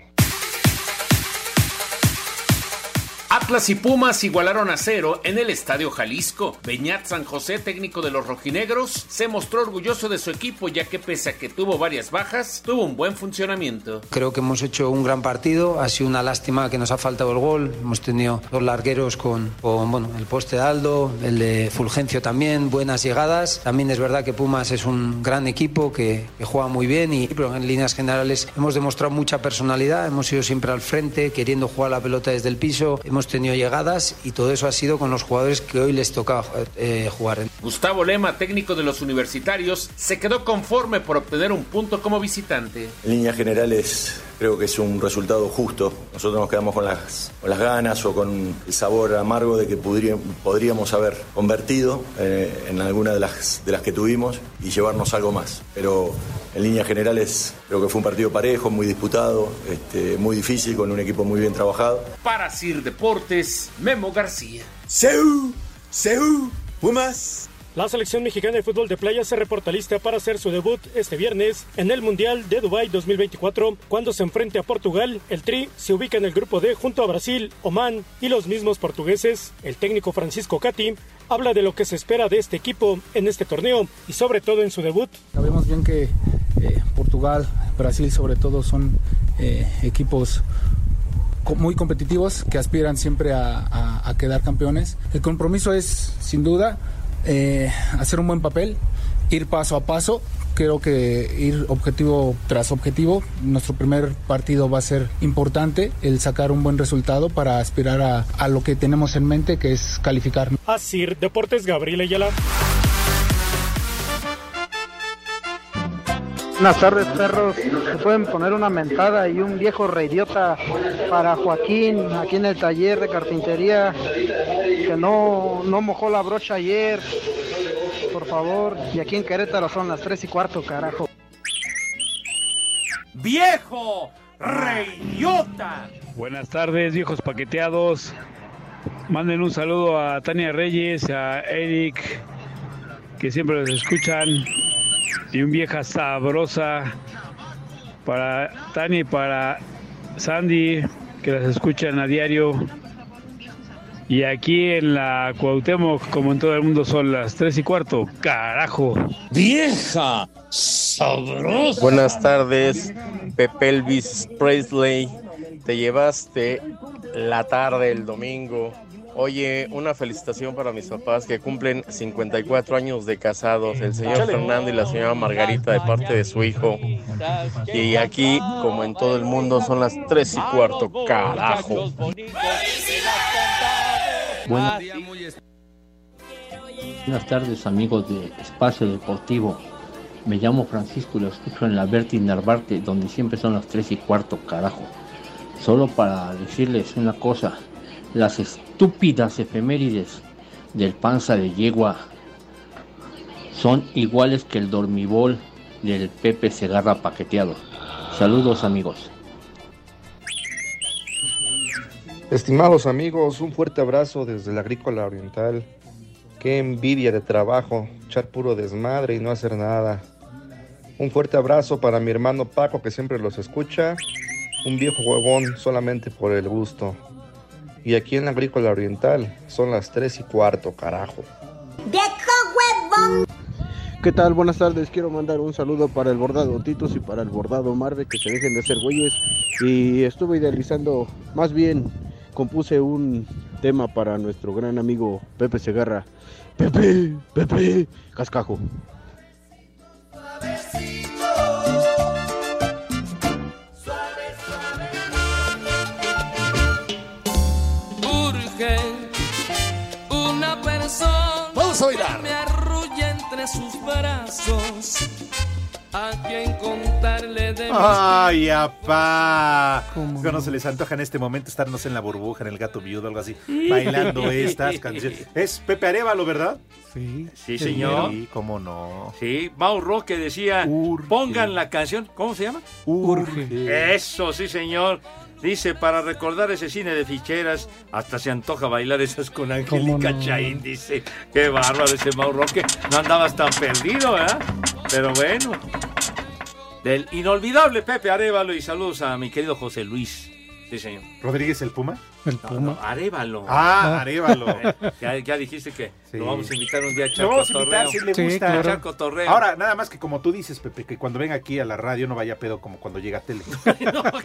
Speaker 33: Atlas y Pumas igualaron a cero en el Estadio Jalisco. Beñat San José, técnico de los rojinegros, se mostró orgulloso de su equipo ya que pese a que tuvo varias bajas, tuvo un buen funcionamiento.
Speaker 34: Creo que hemos hecho un gran partido. Ha sido una lástima que nos ha faltado el gol. Hemos tenido dos largueros con, con, bueno, el poste de Aldo, el de Fulgencio también, buenas llegadas. También es verdad que Pumas es un gran equipo que, que juega muy bien y pero en líneas generales hemos demostrado mucha personalidad. Hemos ido siempre al frente, queriendo jugar la pelota desde el piso. Hemos tenido llegadas y todo eso ha sido con los jugadores que hoy les tocaba eh, jugar.
Speaker 33: Gustavo Lema, técnico de los universitarios, se quedó conforme por obtener un punto como visitante.
Speaker 35: En líneas generales, creo que es un resultado justo. Nosotros nos quedamos con las, con las ganas o con el sabor amargo de que pudri- podríamos haber convertido eh, en alguna de las, de las que tuvimos y llevarnos algo más. Pero en líneas generales, creo que fue un partido parejo, muy disputado, este, muy difícil, con un equipo muy bien trabajado.
Speaker 33: Para Sir Deportes, Memo García.
Speaker 36: Seu, Seu, Pumas.
Speaker 37: La selección mexicana de fútbol de playa se reporta lista para hacer su debut este viernes en el Mundial de Dubái 2024, cuando se enfrente a Portugal. El Tri se ubica en el grupo D junto a Brasil, Oman y los mismos portugueses. El técnico Francisco Cati habla de lo que se espera de este equipo en este torneo y sobre todo en su debut.
Speaker 31: Sabemos bien que eh, Portugal, Brasil sobre todo son eh, equipos co- muy competitivos que aspiran siempre a, a- a quedar campeones. El compromiso es, sin duda, eh, hacer un buen papel, ir paso a paso. Creo que ir objetivo tras objetivo. Nuestro primer partido va a ser importante, el sacar un buen resultado para aspirar a, a lo que tenemos en mente, que es calificar.
Speaker 37: Así, Deportes Gabriel Ayala.
Speaker 12: Buenas tardes, perros. ¿Se pueden poner una mentada y un viejo reidiota para Joaquín, aquí en el taller de carpintería, que no, no mojó la brocha ayer? Por favor. Y aquí en Querétaro son las 3 y cuarto, carajo.
Speaker 6: ¡Viejo! ¡Reyota!
Speaker 38: Buenas tardes, viejos paqueteados. Manden un saludo a Tania Reyes, a Eric, que siempre los escuchan. Y un vieja sabrosa para Tania y para Sandy, que las escuchan a diario. Y aquí en la Cuauhtémoc, como en todo el mundo, son las tres y cuarto. ¡Carajo! ¡Vieja! ¡Sabrosa!
Speaker 39: Buenas tardes, Pepe Elvis Presley. Te llevaste la tarde el domingo Oye, una felicitación para mis papás que cumplen 54 años de casados, el señor Fernando y la señora Margarita de parte de su hijo. Y aquí, como en todo el mundo, son las 3 y cuarto, carajo.
Speaker 27: Buenas, buenas tardes amigos de Espacio Deportivo. Me llamo Francisco y lo escucho en la Berti Narvarte, donde siempre son las 3 y cuarto, carajo. Solo para decirles una cosa, las estúpidas efemérides del panza de yegua son iguales que el dormibol del Pepe Segarra paqueteado. Saludos amigos.
Speaker 40: Estimados amigos, un fuerte abrazo desde la Agrícola Oriental. Qué envidia de trabajo, echar puro desmadre y no hacer nada. Un fuerte abrazo para mi hermano Paco que siempre los escucha. Un viejo huevón solamente por el gusto. Y aquí en la Agrícola Oriental son las 3 y cuarto, carajo.
Speaker 12: ¿Qué tal? Buenas tardes. Quiero mandar un saludo para el bordado Titus y para el bordado Marve, que se dejen de ser güeyes. Y estuve idealizando, más bien compuse un tema para nuestro gran amigo Pepe Segarra. Pepe, Pepe, cascajo.
Speaker 41: Urge una persona
Speaker 42: Vamos a bailar.
Speaker 41: que me arrulla entre sus brazos. A quien contarle de mis
Speaker 8: Ay, apá. Que no se les antoja en este momento estarnos en la burbuja, en el gato viudo, algo así, bailando estas canciones. Es Pepe Arevalo, ¿verdad?
Speaker 6: Sí. Sí, señor.
Speaker 8: Sí, cómo no.
Speaker 6: Sí, Mau Roque decía, pongan la canción, ¿cómo se llama? Urge. Eso, sí, señor. Dice, para recordar ese cine de ficheras, hasta se antoja bailar esas con Angélica Chaín, dice. Qué bárbaro ese Mau Roque. No andabas tan perdido, ¿verdad? Pero bueno. Del inolvidable Pepe Arevalo y saludos a mi querido José Luis. Sí, señor.
Speaker 8: ¿Rodríguez el Puma?
Speaker 6: El Arevalo. Eh,
Speaker 8: Ah, Arévalo.
Speaker 6: ya, ya dijiste que lo vamos a invitar un día a
Speaker 8: Lo
Speaker 6: Charco
Speaker 8: vamos a invitar si le gusta.
Speaker 6: Echar cotorreo.
Speaker 8: Ahora, nada más que como tú dices, Pepe, que cuando venga aquí a la radio no vaya a pedo como cuando llega a tele.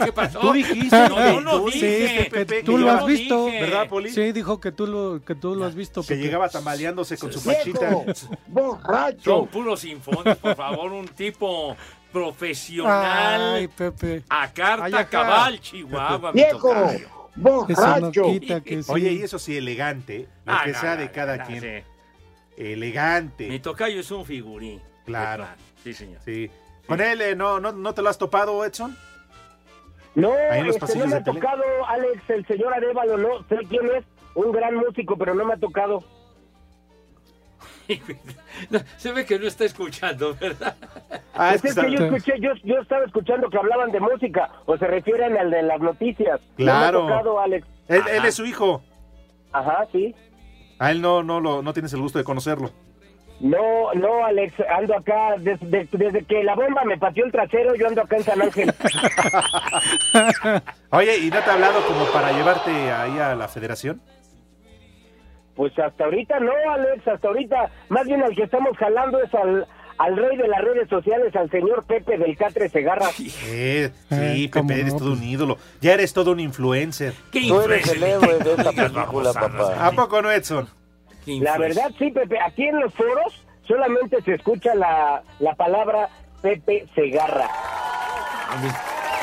Speaker 6: ¿qué pasó?
Speaker 8: Tú dijiste.
Speaker 6: No, yo no
Speaker 8: tú
Speaker 6: dije,
Speaker 8: dijiste,
Speaker 6: Pepe,
Speaker 8: Pepe,
Speaker 6: tú
Speaker 8: que
Speaker 6: lo
Speaker 8: yo-
Speaker 6: has visto.
Speaker 8: ¿Verdad, Poli?
Speaker 1: Sí, dijo que tú lo, que tú lo has visto.
Speaker 8: Que
Speaker 1: Pepe.
Speaker 8: llegaba tambaleándose con su
Speaker 1: Viejo,
Speaker 8: pachita.
Speaker 6: Son puros sinfónicos, por favor, un tipo profesional.
Speaker 1: Ay, Pepe.
Speaker 6: A carta
Speaker 1: Ay, ajá.
Speaker 6: cabal, Chihuahua. mi
Speaker 1: Viejo,
Speaker 6: tocayo.
Speaker 1: Eso no quita que sí.
Speaker 8: Oye, y eso sí, elegante. Lo
Speaker 6: Ah,
Speaker 8: que
Speaker 6: no,
Speaker 8: sea
Speaker 6: no,
Speaker 8: de cada
Speaker 6: no,
Speaker 8: quien.
Speaker 6: sí.
Speaker 8: Elegante.
Speaker 6: Mi tocayo es un figurín.
Speaker 8: Claro.
Speaker 6: Sí, señor.
Speaker 8: Sí. Con él, eh, no, no, ¿no te lo has topado, Edson?
Speaker 9: No,
Speaker 8: Ahí en los
Speaker 9: este, no
Speaker 8: pasillos
Speaker 9: me
Speaker 8: de
Speaker 9: ha
Speaker 8: tele.
Speaker 9: tocado, Alex, el señor Arevalo, no sé quién es, un gran músico, pero no me ha tocado.
Speaker 6: No, se ve que no está escuchando, ¿verdad?
Speaker 8: Ah,
Speaker 9: Pues es que yo escuché, yo, yo estaba escuchando que hablaban de música, o se refieren al de las noticias.
Speaker 8: Claro.
Speaker 9: No me ha tocado, Alex.
Speaker 8: Él, él es su hijo.
Speaker 9: Ajá, sí.
Speaker 8: A él no, no, lo, no tienes el gusto de conocerlo.
Speaker 9: No, no, Alex, ando acá, des- de- desde que la bomba me pateó el trasero, yo ando acá en San Ángel.
Speaker 8: Oye, ¿y no te ha hablado como para llevarte ahí a la federación?
Speaker 9: Pues hasta ahorita no, Alex, hasta ahorita. Más bien al que estamos jalando es al, al rey de las redes sociales, al señor Pepe del Catre Segarra.
Speaker 8: Eh, sí, Pepe, eres todo
Speaker 1: pues.
Speaker 8: un ídolo. Ya eres todo un influencer.
Speaker 9: ¿Qué Tú eres influencer? el héroe de esta
Speaker 8: película, papá. ¿A poco no, Edson?
Speaker 9: La verdad, sí, Pepe, aquí en los foros solamente se escucha la, la palabra Pepe Segarra.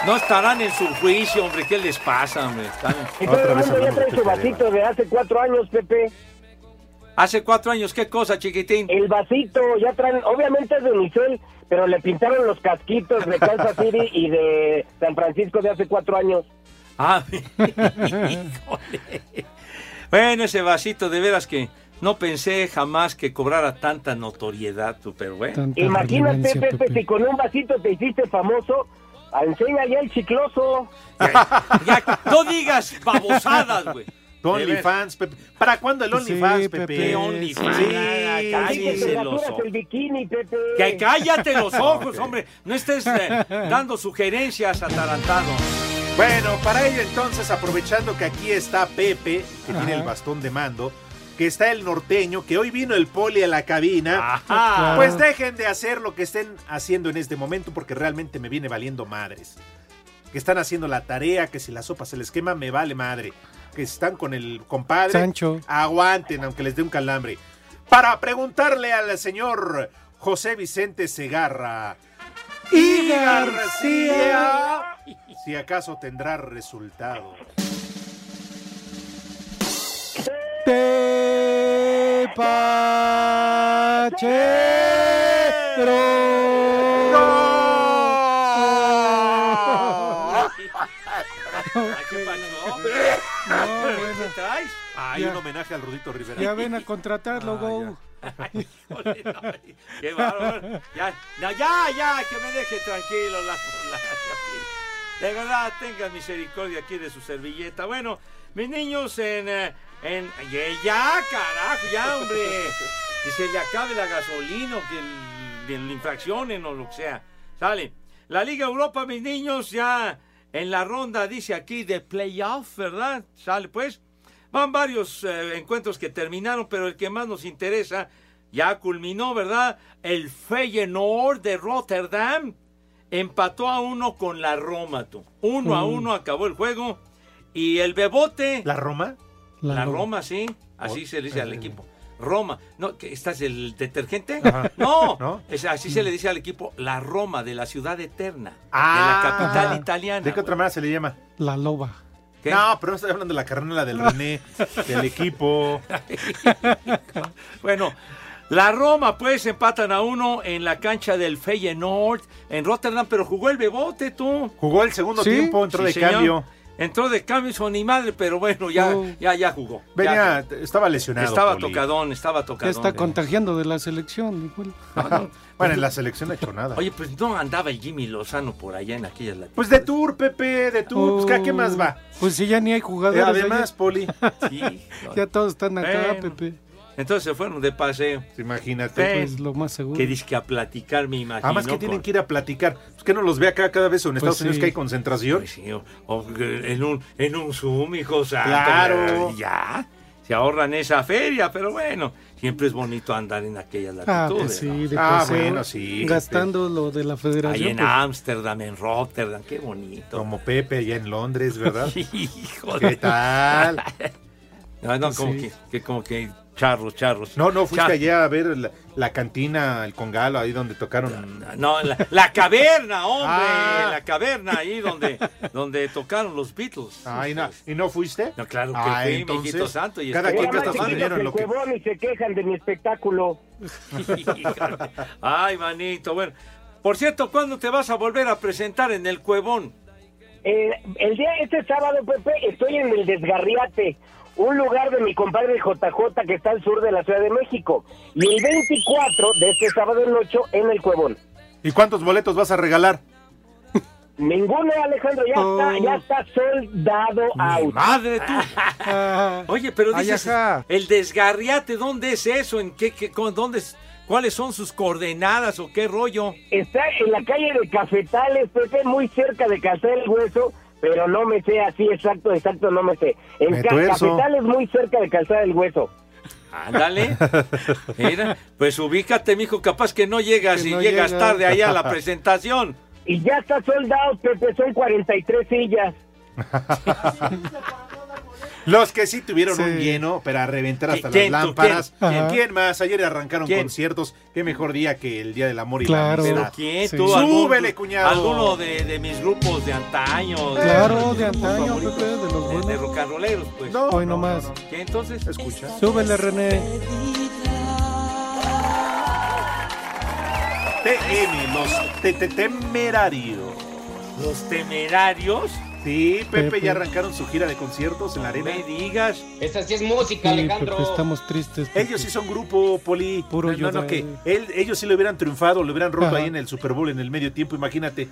Speaker 6: No estarán en su juicio, hombre. ¿Qué les pasa, hombre? Están-
Speaker 9: Y todo el mundo ya trae su vasito de hace cuatro años, Pepe.
Speaker 6: Hace cuatro años, ¿qué cosa, chiquitín?
Speaker 9: El vasito, ya traen, obviamente es de Unicel, pero le pintaron los casquitos de Kansas City y de San Francisco de hace cuatro años.
Speaker 6: Ah, híjole. Bueno, ese vasito, de veras que no pensé jamás que cobrara tanta notoriedad, tú, pero bueno.
Speaker 9: Imagínate, Pepe, si con un vasito te hiciste famoso, enseña ya el chicloso.
Speaker 6: No digas babosadas, güey.
Speaker 8: Tu OnlyFans, Pepe. ¿Para cuándo el OnlyFans, Pepe?
Speaker 6: Pepe, OnlyFans.
Speaker 8: Sí,
Speaker 6: Ay,
Speaker 9: Ay, que
Speaker 6: sí,
Speaker 9: te rasuras
Speaker 6: celoso.
Speaker 9: el bikini, Pepe.
Speaker 6: Que cállate los ojos, hombre. No estés eh, dando sugerencias atarantado.
Speaker 8: Bueno, para ello entonces, aprovechando que aquí está Pepe, que tiene el bastón de mando, que está el norteño, que hoy vino el poli a la cabina,
Speaker 6: Ajá.
Speaker 8: pues dejen de hacer lo que estén haciendo en este momento porque realmente me viene valiendo madres. Que están haciendo la tarea, que si la sopa se les quema, me vale madre. que están con el compadre,
Speaker 1: Sancho.
Speaker 8: aguanten aunque les dé un calambre. Para preguntarle al señor José Vicente Segarra y García si acaso tendrá resultado.
Speaker 6: ¿Qué pasó?
Speaker 1: bueno.
Speaker 6: ¿Qué traes?
Speaker 8: Hay
Speaker 1: Ya.
Speaker 8: un homenaje al Rudito Rivera.
Speaker 1: Ya ven a contratarlo, Go.
Speaker 6: Qué bárbaro. Ya, no, ya, ya, que me deje tranquilo. la- la- de verdad, tenga misericordia aquí de su servilleta. Bueno, mis niños en... eh, en ya, ya, carajo, ya, hombre. Que se le acabe la gasolina o que el- que le infraccionen o lo que sea. Sale. La Liga Europa, mis niños, ya en la ronda, dice aquí, de playoff, ¿verdad? Sale, pues. Van varios eh, encuentros que terminaron, pero el que más nos interesa ya culminó, ¿verdad? El Feyenoord de Rotterdam empató a uno con la Roma, tú. Uno a
Speaker 1: Mm.
Speaker 6: uno acabó el juego. Y el Bebote...
Speaker 8: ¿La Roma?
Speaker 6: La,
Speaker 1: La Roma.
Speaker 6: Roma. sí. Así se le dice al equipo. Roma. No, ¿qué, ¿Estás el detergente?
Speaker 8: Ajá.
Speaker 6: No.
Speaker 8: ¿No? Mm.
Speaker 6: es- así se le dice al equipo la Roma de la ciudad eterna.
Speaker 8: Ah.
Speaker 6: de la capital italiana.
Speaker 8: ¿De qué otra manera se le llama?
Speaker 1: La loba.
Speaker 8: No, pero no estoy hablando de la carnela del René, del equipo.
Speaker 6: Bueno, la Roma pues empatan a uno en la cancha del Feyenoord en Rotterdam, pero jugó el Bebote tú.
Speaker 8: Jugó el segundo tiempo, entró de
Speaker 6: señor.
Speaker 8: cambio. Oh.
Speaker 6: Entró de cambio, son ni madre, pero bueno, ya, ya, ya jugó.
Speaker 8: Venía,
Speaker 6: Ya.
Speaker 8: estaba lesionado.
Speaker 6: Estaba
Speaker 8: Poli.
Speaker 6: tocadón, estaba
Speaker 1: Ya
Speaker 6: tocadón. eh.
Speaker 1: está contagiando de la selección. Nicol.
Speaker 8: Ah, Bueno, en la selección no ha hecho nada.
Speaker 6: Oye, pues no andaba el Jimmy Lozano por allá en aquellas latinas.
Speaker 8: Pues de tour, Pepe, de tour. Pues, ¿a qué más va?
Speaker 1: Pues si ya ni hay
Speaker 8: Eh,
Speaker 1: jugadores.
Speaker 8: además, Poli.
Speaker 1: oye, ya todos están acá,
Speaker 6: Bueno.
Speaker 1: Pepe.
Speaker 6: Entonces se fueron de paseo.
Speaker 8: Imagínate.
Speaker 1: Pues lo más seguro.
Speaker 6: Que disque a platicar, me imagino.
Speaker 8: Además que tienen
Speaker 6: con-
Speaker 8: que ir a platicar. Pues que no los vea acá cada vez o en
Speaker 6: Pues
Speaker 8: Estados Unidos
Speaker 6: sí.
Speaker 8: que hay concentración.
Speaker 6: Pues sí, o- o en un, en un Zoom, hijo santo,
Speaker 8: Claro.
Speaker 6: Ya. Se ahorran esa feria, pero bueno, siempre es bonito andar en aquellas
Speaker 1: Ah,
Speaker 6: latitudes.
Speaker 1: pues sí,
Speaker 6: ¿no?
Speaker 1: de paseo, Gastando lo de la federación.
Speaker 6: Ahí en
Speaker 1: pues,
Speaker 6: Ámsterdam, en Rotterdam, qué bonito.
Speaker 8: Como Pepe allá en Londres, ¿verdad?
Speaker 6: Hijo
Speaker 8: ¿Qué tal?
Speaker 6: No, no, como
Speaker 8: Sí.
Speaker 6: que, que- como que charros, charros.
Speaker 8: No, no, fuiste
Speaker 6: Char-
Speaker 8: allá a ver la, la cantina, el Congalo, ahí donde tocaron.
Speaker 6: No, la, la caverna, hombre,
Speaker 8: Ah.
Speaker 6: la caverna ahí donde, donde tocaron los Beatles.
Speaker 8: Ay, no, ¿Y no fuiste?
Speaker 6: No, claro que
Speaker 8: Ah,
Speaker 6: fui,
Speaker 8: entonces,
Speaker 6: mijito santo. Y
Speaker 8: cada
Speaker 6: estuvo
Speaker 8: quien
Speaker 6: toda
Speaker 8: gasta su
Speaker 6: madre.
Speaker 8: dinero en lo que-
Speaker 9: Huevón y se quejan de mi espectáculo.
Speaker 6: Híjole. Ay, manito, bueno. Por cierto, ¿cuándo te vas a volver a presentar en el Cuevón?
Speaker 9: Eh, el día este sábado, Pepe, estoy en el Desgarriate, un lugar de mi compadre JJ que está al sur de la Ciudad de México. Y el 24 de este sábado el 8 en el Cuevón.
Speaker 8: ¿Y cuántos boletos vas a regalar?
Speaker 9: Ninguno, Alejandro, ya está, ya está soldado out.
Speaker 6: Oh. Madre tú. Oye, pero
Speaker 9: Ay,
Speaker 6: dices, el desgarriate, ¿dónde es eso? ¿En qué, qué- con, dónde, es- cuáles son sus coordenadas o qué rollo?
Speaker 9: Está en la calle de Cafetales, Pepe, muy cerca de Calzada del Hueso, pero no me sé así exacto, exacto, no me sé. En
Speaker 6: Me
Speaker 9: Ca-
Speaker 6: tuerzo.
Speaker 9: Cafetales, muy cerca de Calzada del Hueso.
Speaker 6: Ándale. Mira, pues ubícate, mijo, capaz que no llegas
Speaker 9: Que
Speaker 6: y
Speaker 9: no
Speaker 6: llegas
Speaker 9: llega.
Speaker 6: tarde allá a la presentación.
Speaker 9: Y ya está soldado, Pepe, son 43 sillas.
Speaker 8: Los que sí tuvieron
Speaker 9: Sí.
Speaker 8: un lleno, pero a reventar hasta
Speaker 6: ¿Quién,
Speaker 8: las
Speaker 6: tú,
Speaker 8: lámparas.
Speaker 6: quién?
Speaker 8: ¿Quién,
Speaker 6: Ajá.
Speaker 8: más? Ayer arrancaron
Speaker 6: ¿Quién?
Speaker 8: conciertos. Qué mejor día que el Día del Amor y
Speaker 1: Claro.
Speaker 8: la
Speaker 6: ¿Pero
Speaker 8: Amistad.
Speaker 6: quién?
Speaker 8: Sí.
Speaker 6: ¿Tú,
Speaker 8: Súbele,
Speaker 6: algún-
Speaker 8: cuñado.
Speaker 6: Alguno de, de mis grupos de antaño. de-
Speaker 1: Claro,
Speaker 6: de,
Speaker 1: de antaño,
Speaker 6: grupos
Speaker 1: Pepe, de los
Speaker 6: favoritos, de, de rock and rolleros, pues.
Speaker 1: No, Hoy no, nomás. no,
Speaker 6: ¿Qué entonces? Escucha.
Speaker 1: Súbele, René.
Speaker 8: TM, los te- te- temerarios.
Speaker 6: ¿Los temerarios?
Speaker 8: Sí, Pepe,
Speaker 1: Pepe.
Speaker 8: ya arrancaron su gira de conciertos en la arena.
Speaker 6: me digas.
Speaker 8: Esa sí es música,
Speaker 1: Sí, Pepe, estamos tristes. Pepe.
Speaker 8: Ellos sí son grupo, Poli.
Speaker 1: Puro
Speaker 8: no, no,
Speaker 1: llorar.
Speaker 8: que él- ellos sí lo hubieran triunfado, lo hubieran roto
Speaker 1: Ajá.
Speaker 8: ahí en el Super Bowl en el medio tiempo, imagínate.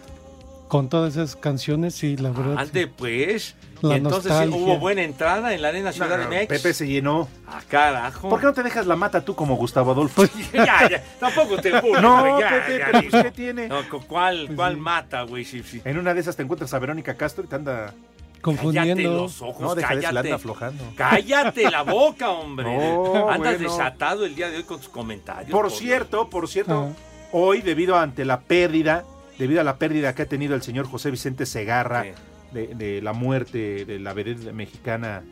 Speaker 1: Con todas esas canciones, y la verdad.
Speaker 8: Ah,
Speaker 6: Ande pues.
Speaker 1: La
Speaker 6: Y entonces sí,
Speaker 1: nostalgia.
Speaker 6: hubo buena entrada en la Arena Ciudad de México.
Speaker 8: Pepe se llenó.
Speaker 6: Ah, carajo. Pues,
Speaker 8: ¿Por qué no te dejas la mata tú como Gustavo Adolfo?
Speaker 6: ya, ya, tampoco te burles.
Speaker 8: No,
Speaker 6: güey, ya,
Speaker 8: Pepe,
Speaker 6: ya,
Speaker 8: pero
Speaker 6: digo.
Speaker 8: ¿qué tiene?
Speaker 6: No, cu- ¿Cuál,
Speaker 1: Pues
Speaker 6: cuál mata, güey? Sí, sí.
Speaker 8: En una de esas te encuentras a Verónica Castro y te anda
Speaker 6: Cállate los ojos,
Speaker 8: No, deja de eso, la
Speaker 6: cállate.
Speaker 8: anda aflojando.
Speaker 6: Cállate la boca, hombre.
Speaker 8: No,
Speaker 6: Andas
Speaker 8: bueno.
Speaker 6: desatado el día de hoy con tus comentarios.
Speaker 8: Por
Speaker 6: Dios.
Speaker 8: cierto, por cierto,
Speaker 1: Ah.
Speaker 8: hoy debido a- ante la pérdida, debido a la pérdida que ha tenido el señor José Vicente Segarra de, de la muerte de la vedette mexicana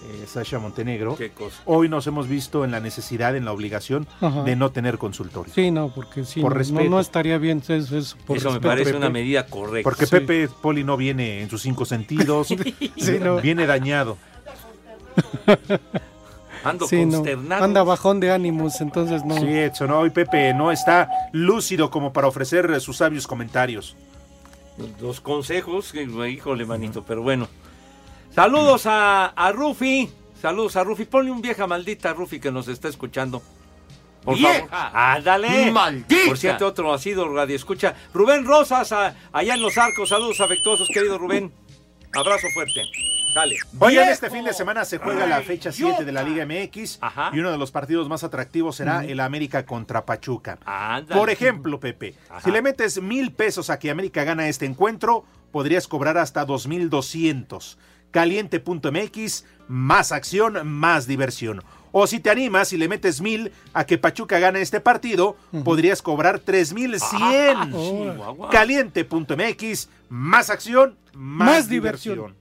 Speaker 8: eh, Sasha Montenegro,
Speaker 6: Qué cosa.
Speaker 8: hoy nos hemos visto en la necesidad, en la obligación
Speaker 1: Ajá.
Speaker 8: de no tener consultorio.
Speaker 1: Sí, no, porque sí,
Speaker 8: Por
Speaker 1: no- no,
Speaker 8: respeto.
Speaker 1: no estaría bien eso. Eso, por
Speaker 8: Eso me
Speaker 1: respeto.
Speaker 6: parece
Speaker 8: Pepe.
Speaker 6: una medida correcta.
Speaker 8: Porque
Speaker 6: Sí.
Speaker 8: Pepe Poli no viene en sus cinco sentidos,
Speaker 1: Sí, no.
Speaker 8: viene dañado.
Speaker 6: Ando
Speaker 1: Sí, no.
Speaker 6: consternado.
Speaker 1: Anda bajón de ánimos, entonces no.
Speaker 8: Sí, Edson, ¿no? hoy Pepe no está lúcido como para ofrecer eh, sus sabios comentarios.
Speaker 6: Los consejos, que, híjole, manito, pero bueno. Saludos a, a Rufi. Saludos a Rufi. Ponle un vieja maldita a Rufi que nos está escuchando. Por
Speaker 5: ¡Vieja!
Speaker 6: favor. ¡Ándale!
Speaker 5: ¡Maldita!
Speaker 6: Por cierto, otro ha sido Radio Escucha. Rubén Rosas, a- allá en Los Arcos. Saludos afectuosos, querido Rubén. Abrazo fuerte. Sale.
Speaker 8: Oigan, este fin de semana se juega la fecha 7 de la Liga MX y uno de los partidos más atractivos será
Speaker 6: Ujú.
Speaker 8: el América contra Pachuca.
Speaker 6: Ándale.
Speaker 8: Por ejemplo, Pepe, si le metes mil pesos a que América gana este encuentro, podrías cobrar hasta 2,200. Caliente.mx, más acción, más diversión. O si te animas y le metes mil a que Pachuca gane este partido, podrías cobrar 3,100.
Speaker 6: Ah, Chihuahua.
Speaker 8: Caliente.mx, más acción, más,
Speaker 6: Más diversión.
Speaker 8: diversión.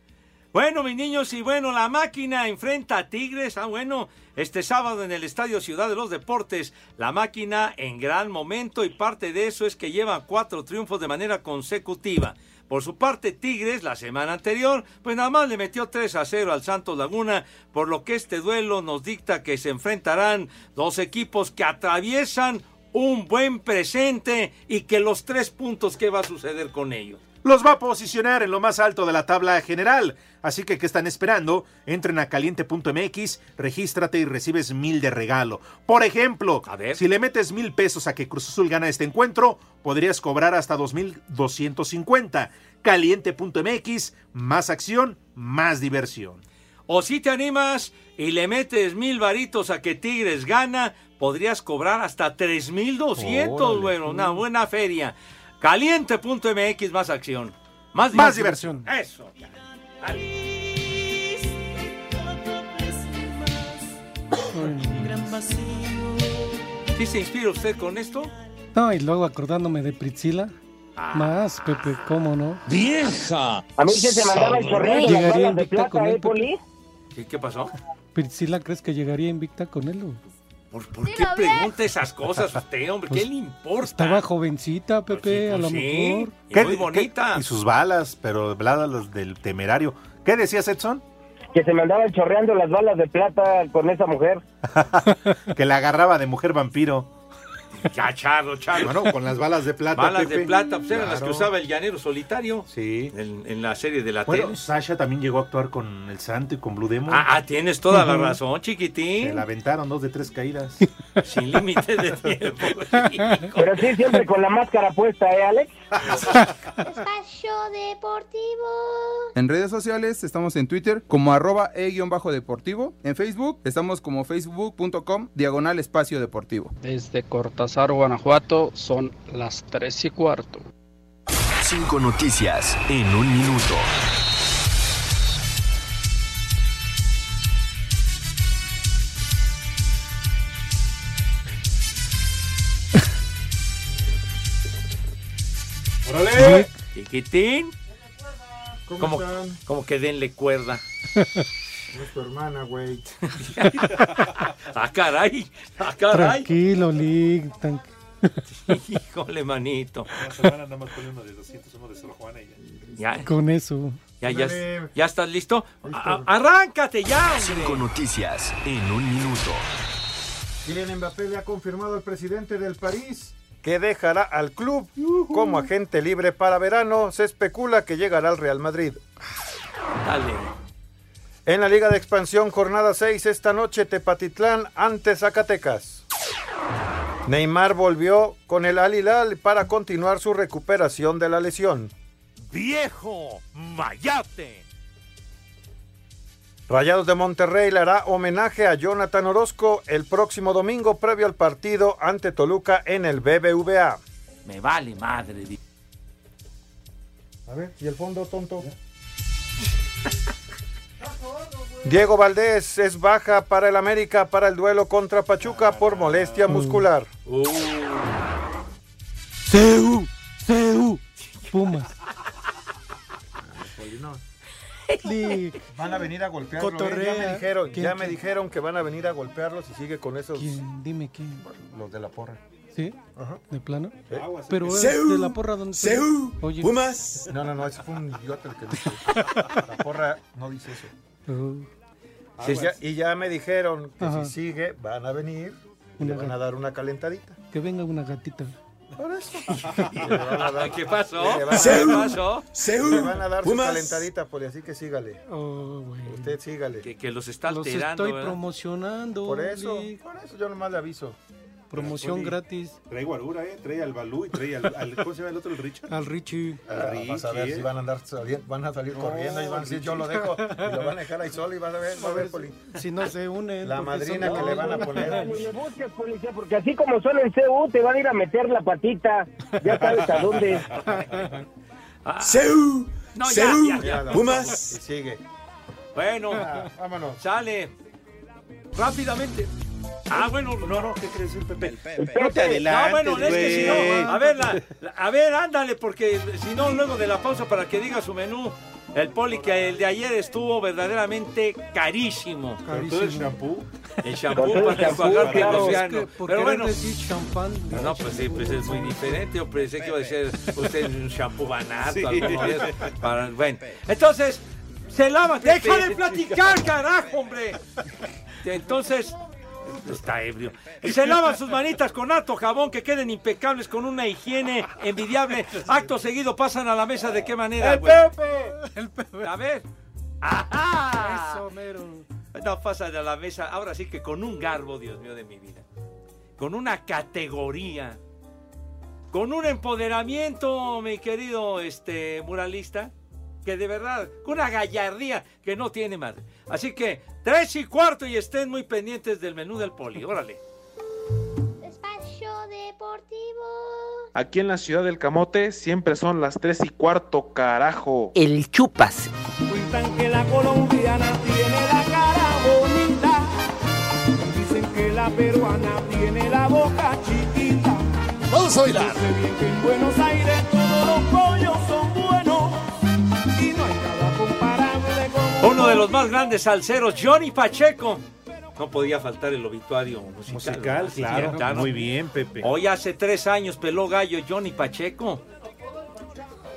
Speaker 6: Bueno, mis niños, y bueno, la máquina enfrenta a Tigres. Ah, bueno, este sábado en el Estadio Ciudad de los Deportes, la máquina en gran momento y parte de eso es que llevan cuatro triunfos de manera consecutiva. Por su parte, Tigres, la semana anterior, pues nada más le metió 3 a 0 al Santos Laguna, por lo que este duelo nos dicta que se enfrentarán dos equipos que atraviesan un buen presente y que los tres puntos, ¿qué va a suceder con ellos?
Speaker 8: los va a posicionar en lo más alto de la tabla general. Así que, ¿qué están esperando? Entren a caliente.mx, regístrate y recibes mil de regalo. Por ejemplo, si le metes mil pesos a que Cruz Azul gana este encuentro, podrías cobrar hasta 2,250. Caliente.mx, más acción, más diversión.
Speaker 6: O si te animas y le metes mil varitos a que Tigres gana, podrías cobrar hasta 3,200.
Speaker 8: Órale.
Speaker 6: Bueno, una buena feria. Caliente.mx, más acción. Más,
Speaker 8: Más
Speaker 6: Eso. ya. ¿Sí se inspira usted con esto?
Speaker 1: No, y luego acordándome de Pritzila.
Speaker 6: Ah.
Speaker 1: Más, Pepe, ¿cómo no?
Speaker 6: ¡Vieja!
Speaker 9: A mí se mandaba el chorreo de las
Speaker 1: Llegaría
Speaker 9: balas de
Speaker 1: invicta con
Speaker 9: plata,
Speaker 1: él,
Speaker 9: ¿eh, Poli?
Speaker 6: ¿Y qué pasó?
Speaker 1: Pritzila, ¿crees que llegaría invicta con él? o?
Speaker 6: ¿Por, por qué pregunta esas cosas usted, hombre? ¿Qué
Speaker 1: Pues,
Speaker 6: le importa?
Speaker 1: Estaba jovencita, Pepe, a lo
Speaker 6: Pues sí.
Speaker 1: mejor.
Speaker 6: Y muy bonita.
Speaker 8: Y sus balas, pero bladas las del temerario. ¿Qué decías, Edson?
Speaker 9: Que se mandaban chorreando las balas de plata con esa mujer.
Speaker 8: que la agarraba de mujer vampiro.
Speaker 6: Ya, Charlo, Charlo.
Speaker 8: Bueno, con las balas de plata,
Speaker 6: Balas de
Speaker 8: Pepe.
Speaker 6: plata, pues eran las que
Speaker 8: Claro.
Speaker 6: usaba el llanero solitario.
Speaker 8: Sí.
Speaker 6: En, en la serie de la
Speaker 8: Bueno,
Speaker 6: tele.
Speaker 8: Sasha también llegó a actuar con El Santo y con Blue Demon.
Speaker 6: Ah, ah, tienes toda la
Speaker 8: Ujú.
Speaker 6: razón,
Speaker 8: Se
Speaker 6: chiquitín.
Speaker 8: la aventaron dos de tres caídas.
Speaker 6: Sin límite de tiempo.
Speaker 9: Pero sí, siempre con la máscara puesta, ¿eh, Alex?
Speaker 10: Espacio Deportivo.
Speaker 30: En redes sociales estamos en Twitter como arroba e e-deportivo. En Facebook estamos como facebook.com diagonal espacio deportivo.
Speaker 19: Desde Cortázar, Guanajuato, son las 3 y cuarto.
Speaker 2: Cinco noticias en un minuto.
Speaker 6: ¡Órale! Chiquitín.
Speaker 7: ¿Cómo
Speaker 6: Como,
Speaker 7: están?
Speaker 6: como que denle cuerda.
Speaker 8: Ah,
Speaker 7: No es tu hermana, güey.
Speaker 6: ah, caray. Ah, caray.
Speaker 1: Tranquilo, Lig. tran-
Speaker 6: Híjole, manito.
Speaker 8: La semana nada más pone uno de 200, uno de Sor Juana y
Speaker 6: Ya,
Speaker 1: Con eso.
Speaker 6: ya, ya,
Speaker 8: Ándale.
Speaker 6: ya estás listo. A- a- arráncate ya.
Speaker 2: Cinco
Speaker 6: hombre.
Speaker 2: noticias en un minuto.
Speaker 7: Kylian Mbappé le ha confirmado al presidente del París
Speaker 28: que dejará al club como agente libre para verano. Se especula que llegará al Real Madrid.
Speaker 6: Dale.
Speaker 28: En la Liga de Expansión, jornada 6, esta noche Tepatitlán ante Zacatecas. Neymar volvió con el Al Hilal para continuar su recuperación de la lesión.
Speaker 6: Viejo Mayate.
Speaker 28: Rayados de Monterrey le hará homenaje a Jonathan Orozco el próximo domingo previo al partido ante Toluca en el BBVA.
Speaker 6: Me vale madre. di-
Speaker 7: A ver, y el fondo, tonto.
Speaker 28: Diego Valdés es baja para el América para el duelo contra Pachuca por molestia muscular.
Speaker 1: CU, CU, Pumas.
Speaker 28: League. Van a venir a golpearlos.
Speaker 1: Cotorrea.
Speaker 28: Ya me dijeron,
Speaker 1: ¿Quién,
Speaker 28: ya
Speaker 1: quién?
Speaker 28: me dijeron que van a venir a golpearlos y sigue con esos.
Speaker 1: Dime quién.
Speaker 28: Los de la porra. Ah,
Speaker 1: ¿Sí? ¿De plano?
Speaker 28: Sí.
Speaker 1: Pero es
Speaker 28: Seú,
Speaker 1: de la porra donde...
Speaker 28: Seú,
Speaker 1: Oye.
Speaker 28: No, no, no, ese fue un idiota el que dijo. eso. La porra no dice eso.
Speaker 1: Uh,
Speaker 28: Y ya- y ya me dijeron que
Speaker 1: Ajá.
Speaker 28: si sigue, van a venir y le
Speaker 1: Una
Speaker 28: van a dar una calentadita.
Speaker 1: que venga una gatita.
Speaker 28: Por eso.
Speaker 6: ¿Qué pasó?
Speaker 28: Le van a-
Speaker 6: ¿Qué pasó?
Speaker 28: Le van a dar su
Speaker 6: Pumas.
Speaker 28: calentadita, Poli, así que sígale. Usted sígale.
Speaker 6: Que, que los está
Speaker 28: Oh, Los
Speaker 6: alterando.
Speaker 28: estoy
Speaker 6: ¿verdad?
Speaker 1: promocionando.
Speaker 28: Por eso, por eso yo nomás le aviso.
Speaker 1: Promoción gratis.
Speaker 8: Trae guarura, ¿eh? Trae al Balú y trae al, al- ¿Cómo se llama el otro? El Richard.
Speaker 1: Al Richie.
Speaker 28: Ah, vas a ver
Speaker 8: Richie,
Speaker 28: si
Speaker 8: ¿eh?
Speaker 28: van a andar sali- van a salir
Speaker 8: No,
Speaker 28: corriendo y van a decir yo lo
Speaker 8: Richie.
Speaker 28: dejo y lo van a dejar ahí solo y van a ver, va a ver, Poli.
Speaker 1: Si no se une.
Speaker 28: La madrina que le van a poner.
Speaker 9: No busques, policía, porque así como son en CU, te van a ir a meter la patita. Ya sabes a dónde.
Speaker 6: Seú. No, ya,
Speaker 28: Seú,
Speaker 6: ya, ya.
Speaker 28: Pumas. Y sigue.
Speaker 6: Bueno,
Speaker 1: Ah,
Speaker 6: Sale. Rápidamente. Ah, bueno, no, no, ¿qué quiere decir Pepe? El Pepe.
Speaker 32: No te adelantes,
Speaker 6: no, bueno, es que si
Speaker 32: güey.
Speaker 6: no, a ver, la- la- a ver, ándale, porque si no, luego de la pausa para que diga su menú, el poli que el de ayer estuvo verdaderamente carísimo.
Speaker 8: Con todo el shampoo.
Speaker 6: El shampoo para
Speaker 1: Claro,
Speaker 6: enjuagar el
Speaker 1: es que
Speaker 6: océano.
Speaker 1: por querer
Speaker 6: Pero bueno.
Speaker 1: decir champán.
Speaker 6: No, no, pues sí, pues es muy diferente. Yo pensé que iba a decir usted un shampoo banato,
Speaker 1: Sí.
Speaker 6: alguno de esos, para- bueno, entonces, se lava. ¡Deja de platicar, carajo, hombre! Entonces, está ebrio. Se lavan sus manitas con harto jabón que queden impecables con una higiene envidiable. Acto seguido pasan a la mesa. ¿De qué
Speaker 8: Ah,
Speaker 6: manera?
Speaker 1: ¡El
Speaker 6: güey?
Speaker 1: Pepe!
Speaker 6: A ver. ¡Ajá! Eso, mero. No pasan a la mesa. Ahora sí que con un garbo, Dios mío, de mi vida. Con una categoría. Con un empoderamiento, mi querido este, muralista. Que de verdad, con una gallardía que no tiene madre. Así que, tres y cuarto y estén muy pendientes del menú del poli. Órale.
Speaker 10: Espacio Deportivo.
Speaker 33: Aquí en la ciudad del Camote siempre son las 3 y cuarto, carajo.
Speaker 34: El chupas.
Speaker 5: Cuentan que la colombiana tiene la cara bonita. Dicen que la peruana tiene la boca chiquita. Vamos a bailar. bien que en Buenos Aires todos los pollos son buenos. Y no hay nada comparable con
Speaker 6: Uno de los más grandes salseros, Johnny Pacheco. No podía faltar el obituario musical.
Speaker 8: Musical,
Speaker 6: ¿no? Sí,
Speaker 8: claro.
Speaker 6: claro.
Speaker 8: Muy bien, Pepe.
Speaker 6: Hoy hace tres años peló gallo Johnny Pacheco.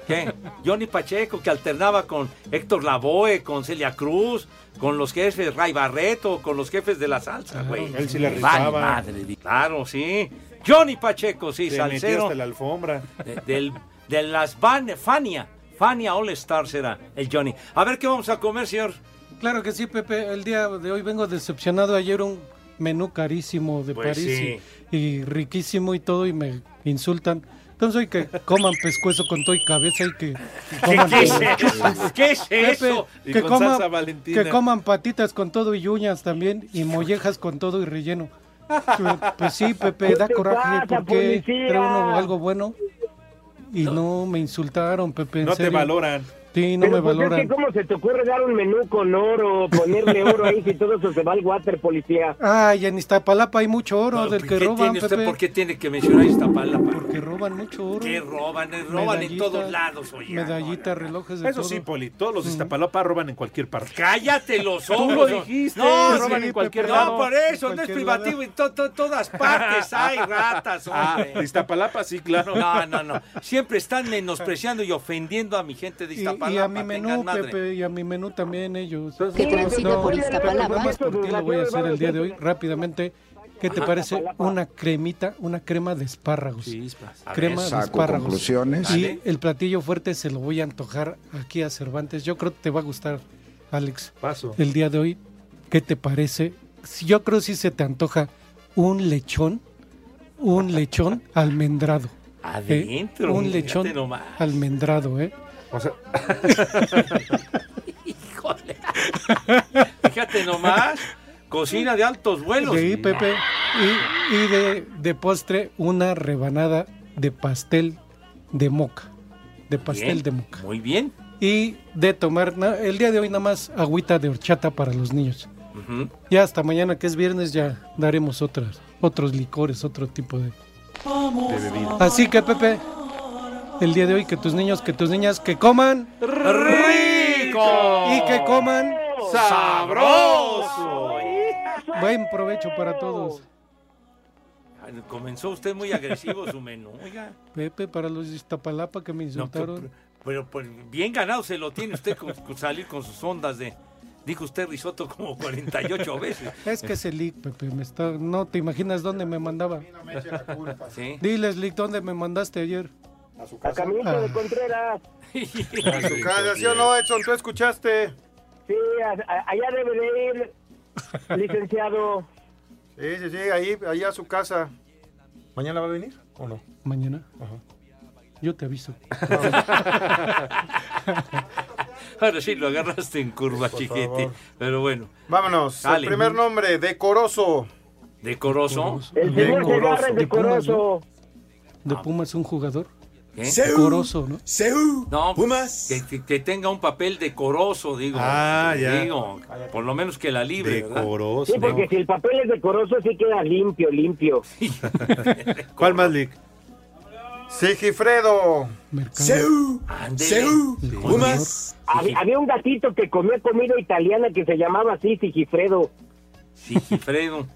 Speaker 6: ¿Qué? Johnny Pacheco que alternaba con Héctor Lavoe, con Celia Cruz, con los jefes Ray Barreto, con los jefes de la salsa, güey.
Speaker 8: Ah, él sí la
Speaker 6: Vale
Speaker 8: rifaba.
Speaker 6: madre, di- claro, sí. Johnny Pacheco, sí,
Speaker 8: Se metió
Speaker 6: salsero.
Speaker 8: hasta la alfombra.
Speaker 6: de, del- de las Van- Fania. Fania All Stars será el Johnny. A ver qué vamos a comer, señor.
Speaker 1: Claro que sí, Pepe. El día de hoy vengo decepcionado. Ayer un menú carísimo de
Speaker 6: Pues
Speaker 1: París
Speaker 6: sí.
Speaker 1: y, y riquísimo y todo y me insultan. Entonces hoy que coman pescuezo con todo y cabeza y que coman
Speaker 6: qué es
Speaker 1: todo.
Speaker 6: eso? ¿Qué es eso? Y
Speaker 1: que,
Speaker 6: con
Speaker 1: coman,
Speaker 6: salsa valentina.
Speaker 1: que coman patitas con todo y uñas también y mollejas con todo y relleno. Pues, Pues sí, Pepe,
Speaker 9: ¿Qué
Speaker 1: da
Speaker 9: te
Speaker 1: coraje
Speaker 9: pasa,
Speaker 1: porque
Speaker 9: policía?
Speaker 1: trae uno algo bueno y no, me insultaron, Pepe. en
Speaker 9: No te
Speaker 1: serio.
Speaker 9: valoran.
Speaker 1: Sí, no
Speaker 9: Pero,
Speaker 1: me
Speaker 9: pues, es que
Speaker 1: valoran.
Speaker 9: ¿Cómo se te ocurre dar un menú con oro, ponerle oro ahí si todo eso se va al water, policía?
Speaker 1: Ay, en Iztapalapa hay mucho oro del que
Speaker 6: ¿Qué
Speaker 1: roban,
Speaker 6: tiene usted?
Speaker 1: Pepe.
Speaker 6: ¿Por qué tiene que mencionar Iztapalapa?
Speaker 1: Porque roban mucho oro.
Speaker 6: Que roban, eh, roban en
Speaker 1: Medallitas,
Speaker 6: todos lados, oye.
Speaker 1: Medallitas, relojes de
Speaker 8: Eso
Speaker 1: todo.
Speaker 8: sí, Poli, todos los Iztapalapa roban en cualquier parte.
Speaker 6: Cállate los
Speaker 8: Tú lo
Speaker 6: ojos. ¿no?
Speaker 8: dijiste,
Speaker 6: No,
Speaker 8: roban
Speaker 6: sí,
Speaker 8: en cualquier
Speaker 6: No,
Speaker 8: lado.
Speaker 6: por
Speaker 8: En
Speaker 6: eso, no es
Speaker 8: cualquier
Speaker 6: privativo.
Speaker 8: lado.
Speaker 6: En to- to- todas partes hay ratas,
Speaker 8: Ah,
Speaker 6: hombre.
Speaker 8: de Iztapalapa sí, claro.
Speaker 6: No, no, no. Siempre están menospreciando y ofendiendo a mi gente de
Speaker 1: Y,
Speaker 6: Iztapalapa.
Speaker 1: y a mi menú,
Speaker 6: tengan madre.
Speaker 1: Pepe, y a mi menú también ellos.
Speaker 6: ¿Qué transita por
Speaker 1: Pepe,
Speaker 6: Iztapalapa?
Speaker 1: nada más por ti lo voy a hacer el día de hoy rápidamente. ¿Qué te parece una cremita, una crema de espárragos?
Speaker 35: A
Speaker 1: Crema
Speaker 35: ver,
Speaker 1: de
Speaker 35: saco
Speaker 1: espárragos.
Speaker 35: conclusiones.
Speaker 1: Y
Speaker 35: Dale.
Speaker 1: el platillo fuerte se lo voy a antojar aquí a Cervantes. Yo creo que te va a gustar, Alex.
Speaker 8: Paso.
Speaker 1: El día de hoy, ¿qué te parece? Si- Yo creo si se te antoja un lechón, un lechón almendrado. ¿eh?
Speaker 6: Adentro,
Speaker 1: un
Speaker 6: fíjate
Speaker 1: lechón
Speaker 6: nomás.
Speaker 1: almendrado, ¿eh?
Speaker 8: O sea,
Speaker 6: Híjole. Fíjate nomás. Cocina de altos vuelos.
Speaker 1: Sí, Pepe. Y, y de, de postre, una rebanada de pastel de moca. De pastel
Speaker 6: Bien,
Speaker 1: de moca.
Speaker 6: Muy bien.
Speaker 1: Y de tomar, na- el día de hoy nada más agüita de horchata para los niños.
Speaker 6: Ujú.
Speaker 1: Ya hasta mañana que es viernes ya daremos otras, otros licores, otro tipo de... Así que Pepe, el día de hoy que tus niños, que tus niñas, que coman...
Speaker 6: ¡Rico! rico.
Speaker 1: Y que coman
Speaker 6: sabroso.
Speaker 1: Buen provecho para todos.
Speaker 6: Comenzó usted muy agresivo su menú, oiga.
Speaker 1: Pepe, para los de Iztapalapa que me
Speaker 6: No, pero,
Speaker 1: insultaron.
Speaker 6: pero, pues, bien ganado se lo tiene usted con, con salir con sus ondas de. Dijo usted risotto como 48 veces.
Speaker 1: Es que ese Lick, Pepe, me está... no te imaginas dónde me mandaba.
Speaker 6: Sí.
Speaker 1: Diles, Lick, ¿dónde me mandaste ayer?
Speaker 6: A su
Speaker 9: A Caminito de
Speaker 1: Ah.
Speaker 9: Contreras.
Speaker 28: A su casa, ¿sí o no, Edson? ¿Tú escuchaste?
Speaker 9: Sí, a- a- allá debe de ir, licenciado.
Speaker 28: Sí, sí, sí, ahí, ahí a su casa. ¿Mañana va a venir o no?
Speaker 1: Mañana. Yo te aviso.
Speaker 6: Ahora sí, lo agarraste en curva,
Speaker 28: Por
Speaker 6: chiquete.
Speaker 28: favor.
Speaker 6: Pero bueno.
Speaker 28: Vámonos.
Speaker 6: Dale.
Speaker 28: El primer nombre, decoroso.
Speaker 6: ¿Decoroso?
Speaker 28: El señor Segarra es decoroso.
Speaker 1: ¿De Pumas un jugador?
Speaker 6: ¿Qué?
Speaker 1: Decoroso, ¿no?
Speaker 6: No, Que, que- que tenga un papel decoroso, digo.
Speaker 1: Ah, ya.
Speaker 6: Digo, por lo menos que la libre. ¿verdad?
Speaker 9: Sí, porque si el papel es decoroso, sí queda limpio, limpio.
Speaker 28: ¿Cuál más, Lick? Sigifredo.
Speaker 9: Seu.
Speaker 6: Ándele.
Speaker 9: Seu.
Speaker 6: Pumas.
Speaker 9: Había, había un gatito que comía comida italiana que se llamaba así, Sigifredo.
Speaker 6: Sigifredo.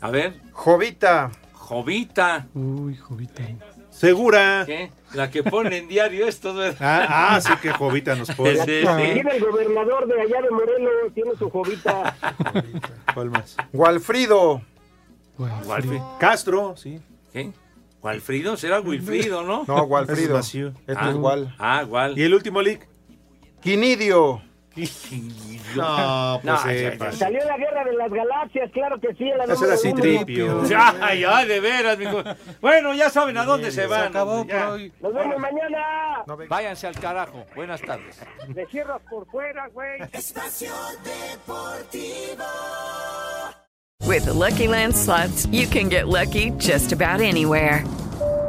Speaker 6: A ver.
Speaker 28: Jovita.
Speaker 6: Jovita.
Speaker 1: Uy, Jovita.
Speaker 8: Segura.
Speaker 6: ¿Qué? La que pone en diario esto, ¿verdad?
Speaker 8: Ah, ah, sí que Jovita nos pone.
Speaker 6: Sí, sí.
Speaker 9: Mira, el gobernador de allá de Morelos tiene su jovita.
Speaker 8: ¿Cuál más?
Speaker 28: Walfrido.
Speaker 6: Walfri-
Speaker 8: Castro, sí.
Speaker 6: ¿Qué? Walfrido, será Wilfrido, ¿no?
Speaker 28: No, Walfrido.
Speaker 8: Ese es vacío.
Speaker 28: Este
Speaker 6: Ah,
Speaker 28: es Wal.
Speaker 6: Ah, Wal.
Speaker 8: ¿Y el último leak?
Speaker 28: Quinidio.
Speaker 8: No, pues
Speaker 6: No, ya,
Speaker 8: eh,
Speaker 6: ya,
Speaker 8: pasa.
Speaker 9: Salió la guerra de las galaxias, claro que sí. La
Speaker 8: Ese era
Speaker 9: número
Speaker 8: así,
Speaker 9: uno.
Speaker 8: tripio.
Speaker 6: Ya, ya, de veras, mijo. Bueno, ya saben a dónde se van.
Speaker 1: acabó
Speaker 6: hombre, ya.
Speaker 1: por hoy.
Speaker 9: Nos vemos mañana.
Speaker 6: Váyanse al carajo. Buenas tardes.
Speaker 9: Me cierras por fuera, güey.
Speaker 31: With the Lucky Land slots, you can get lucky just about anywhere.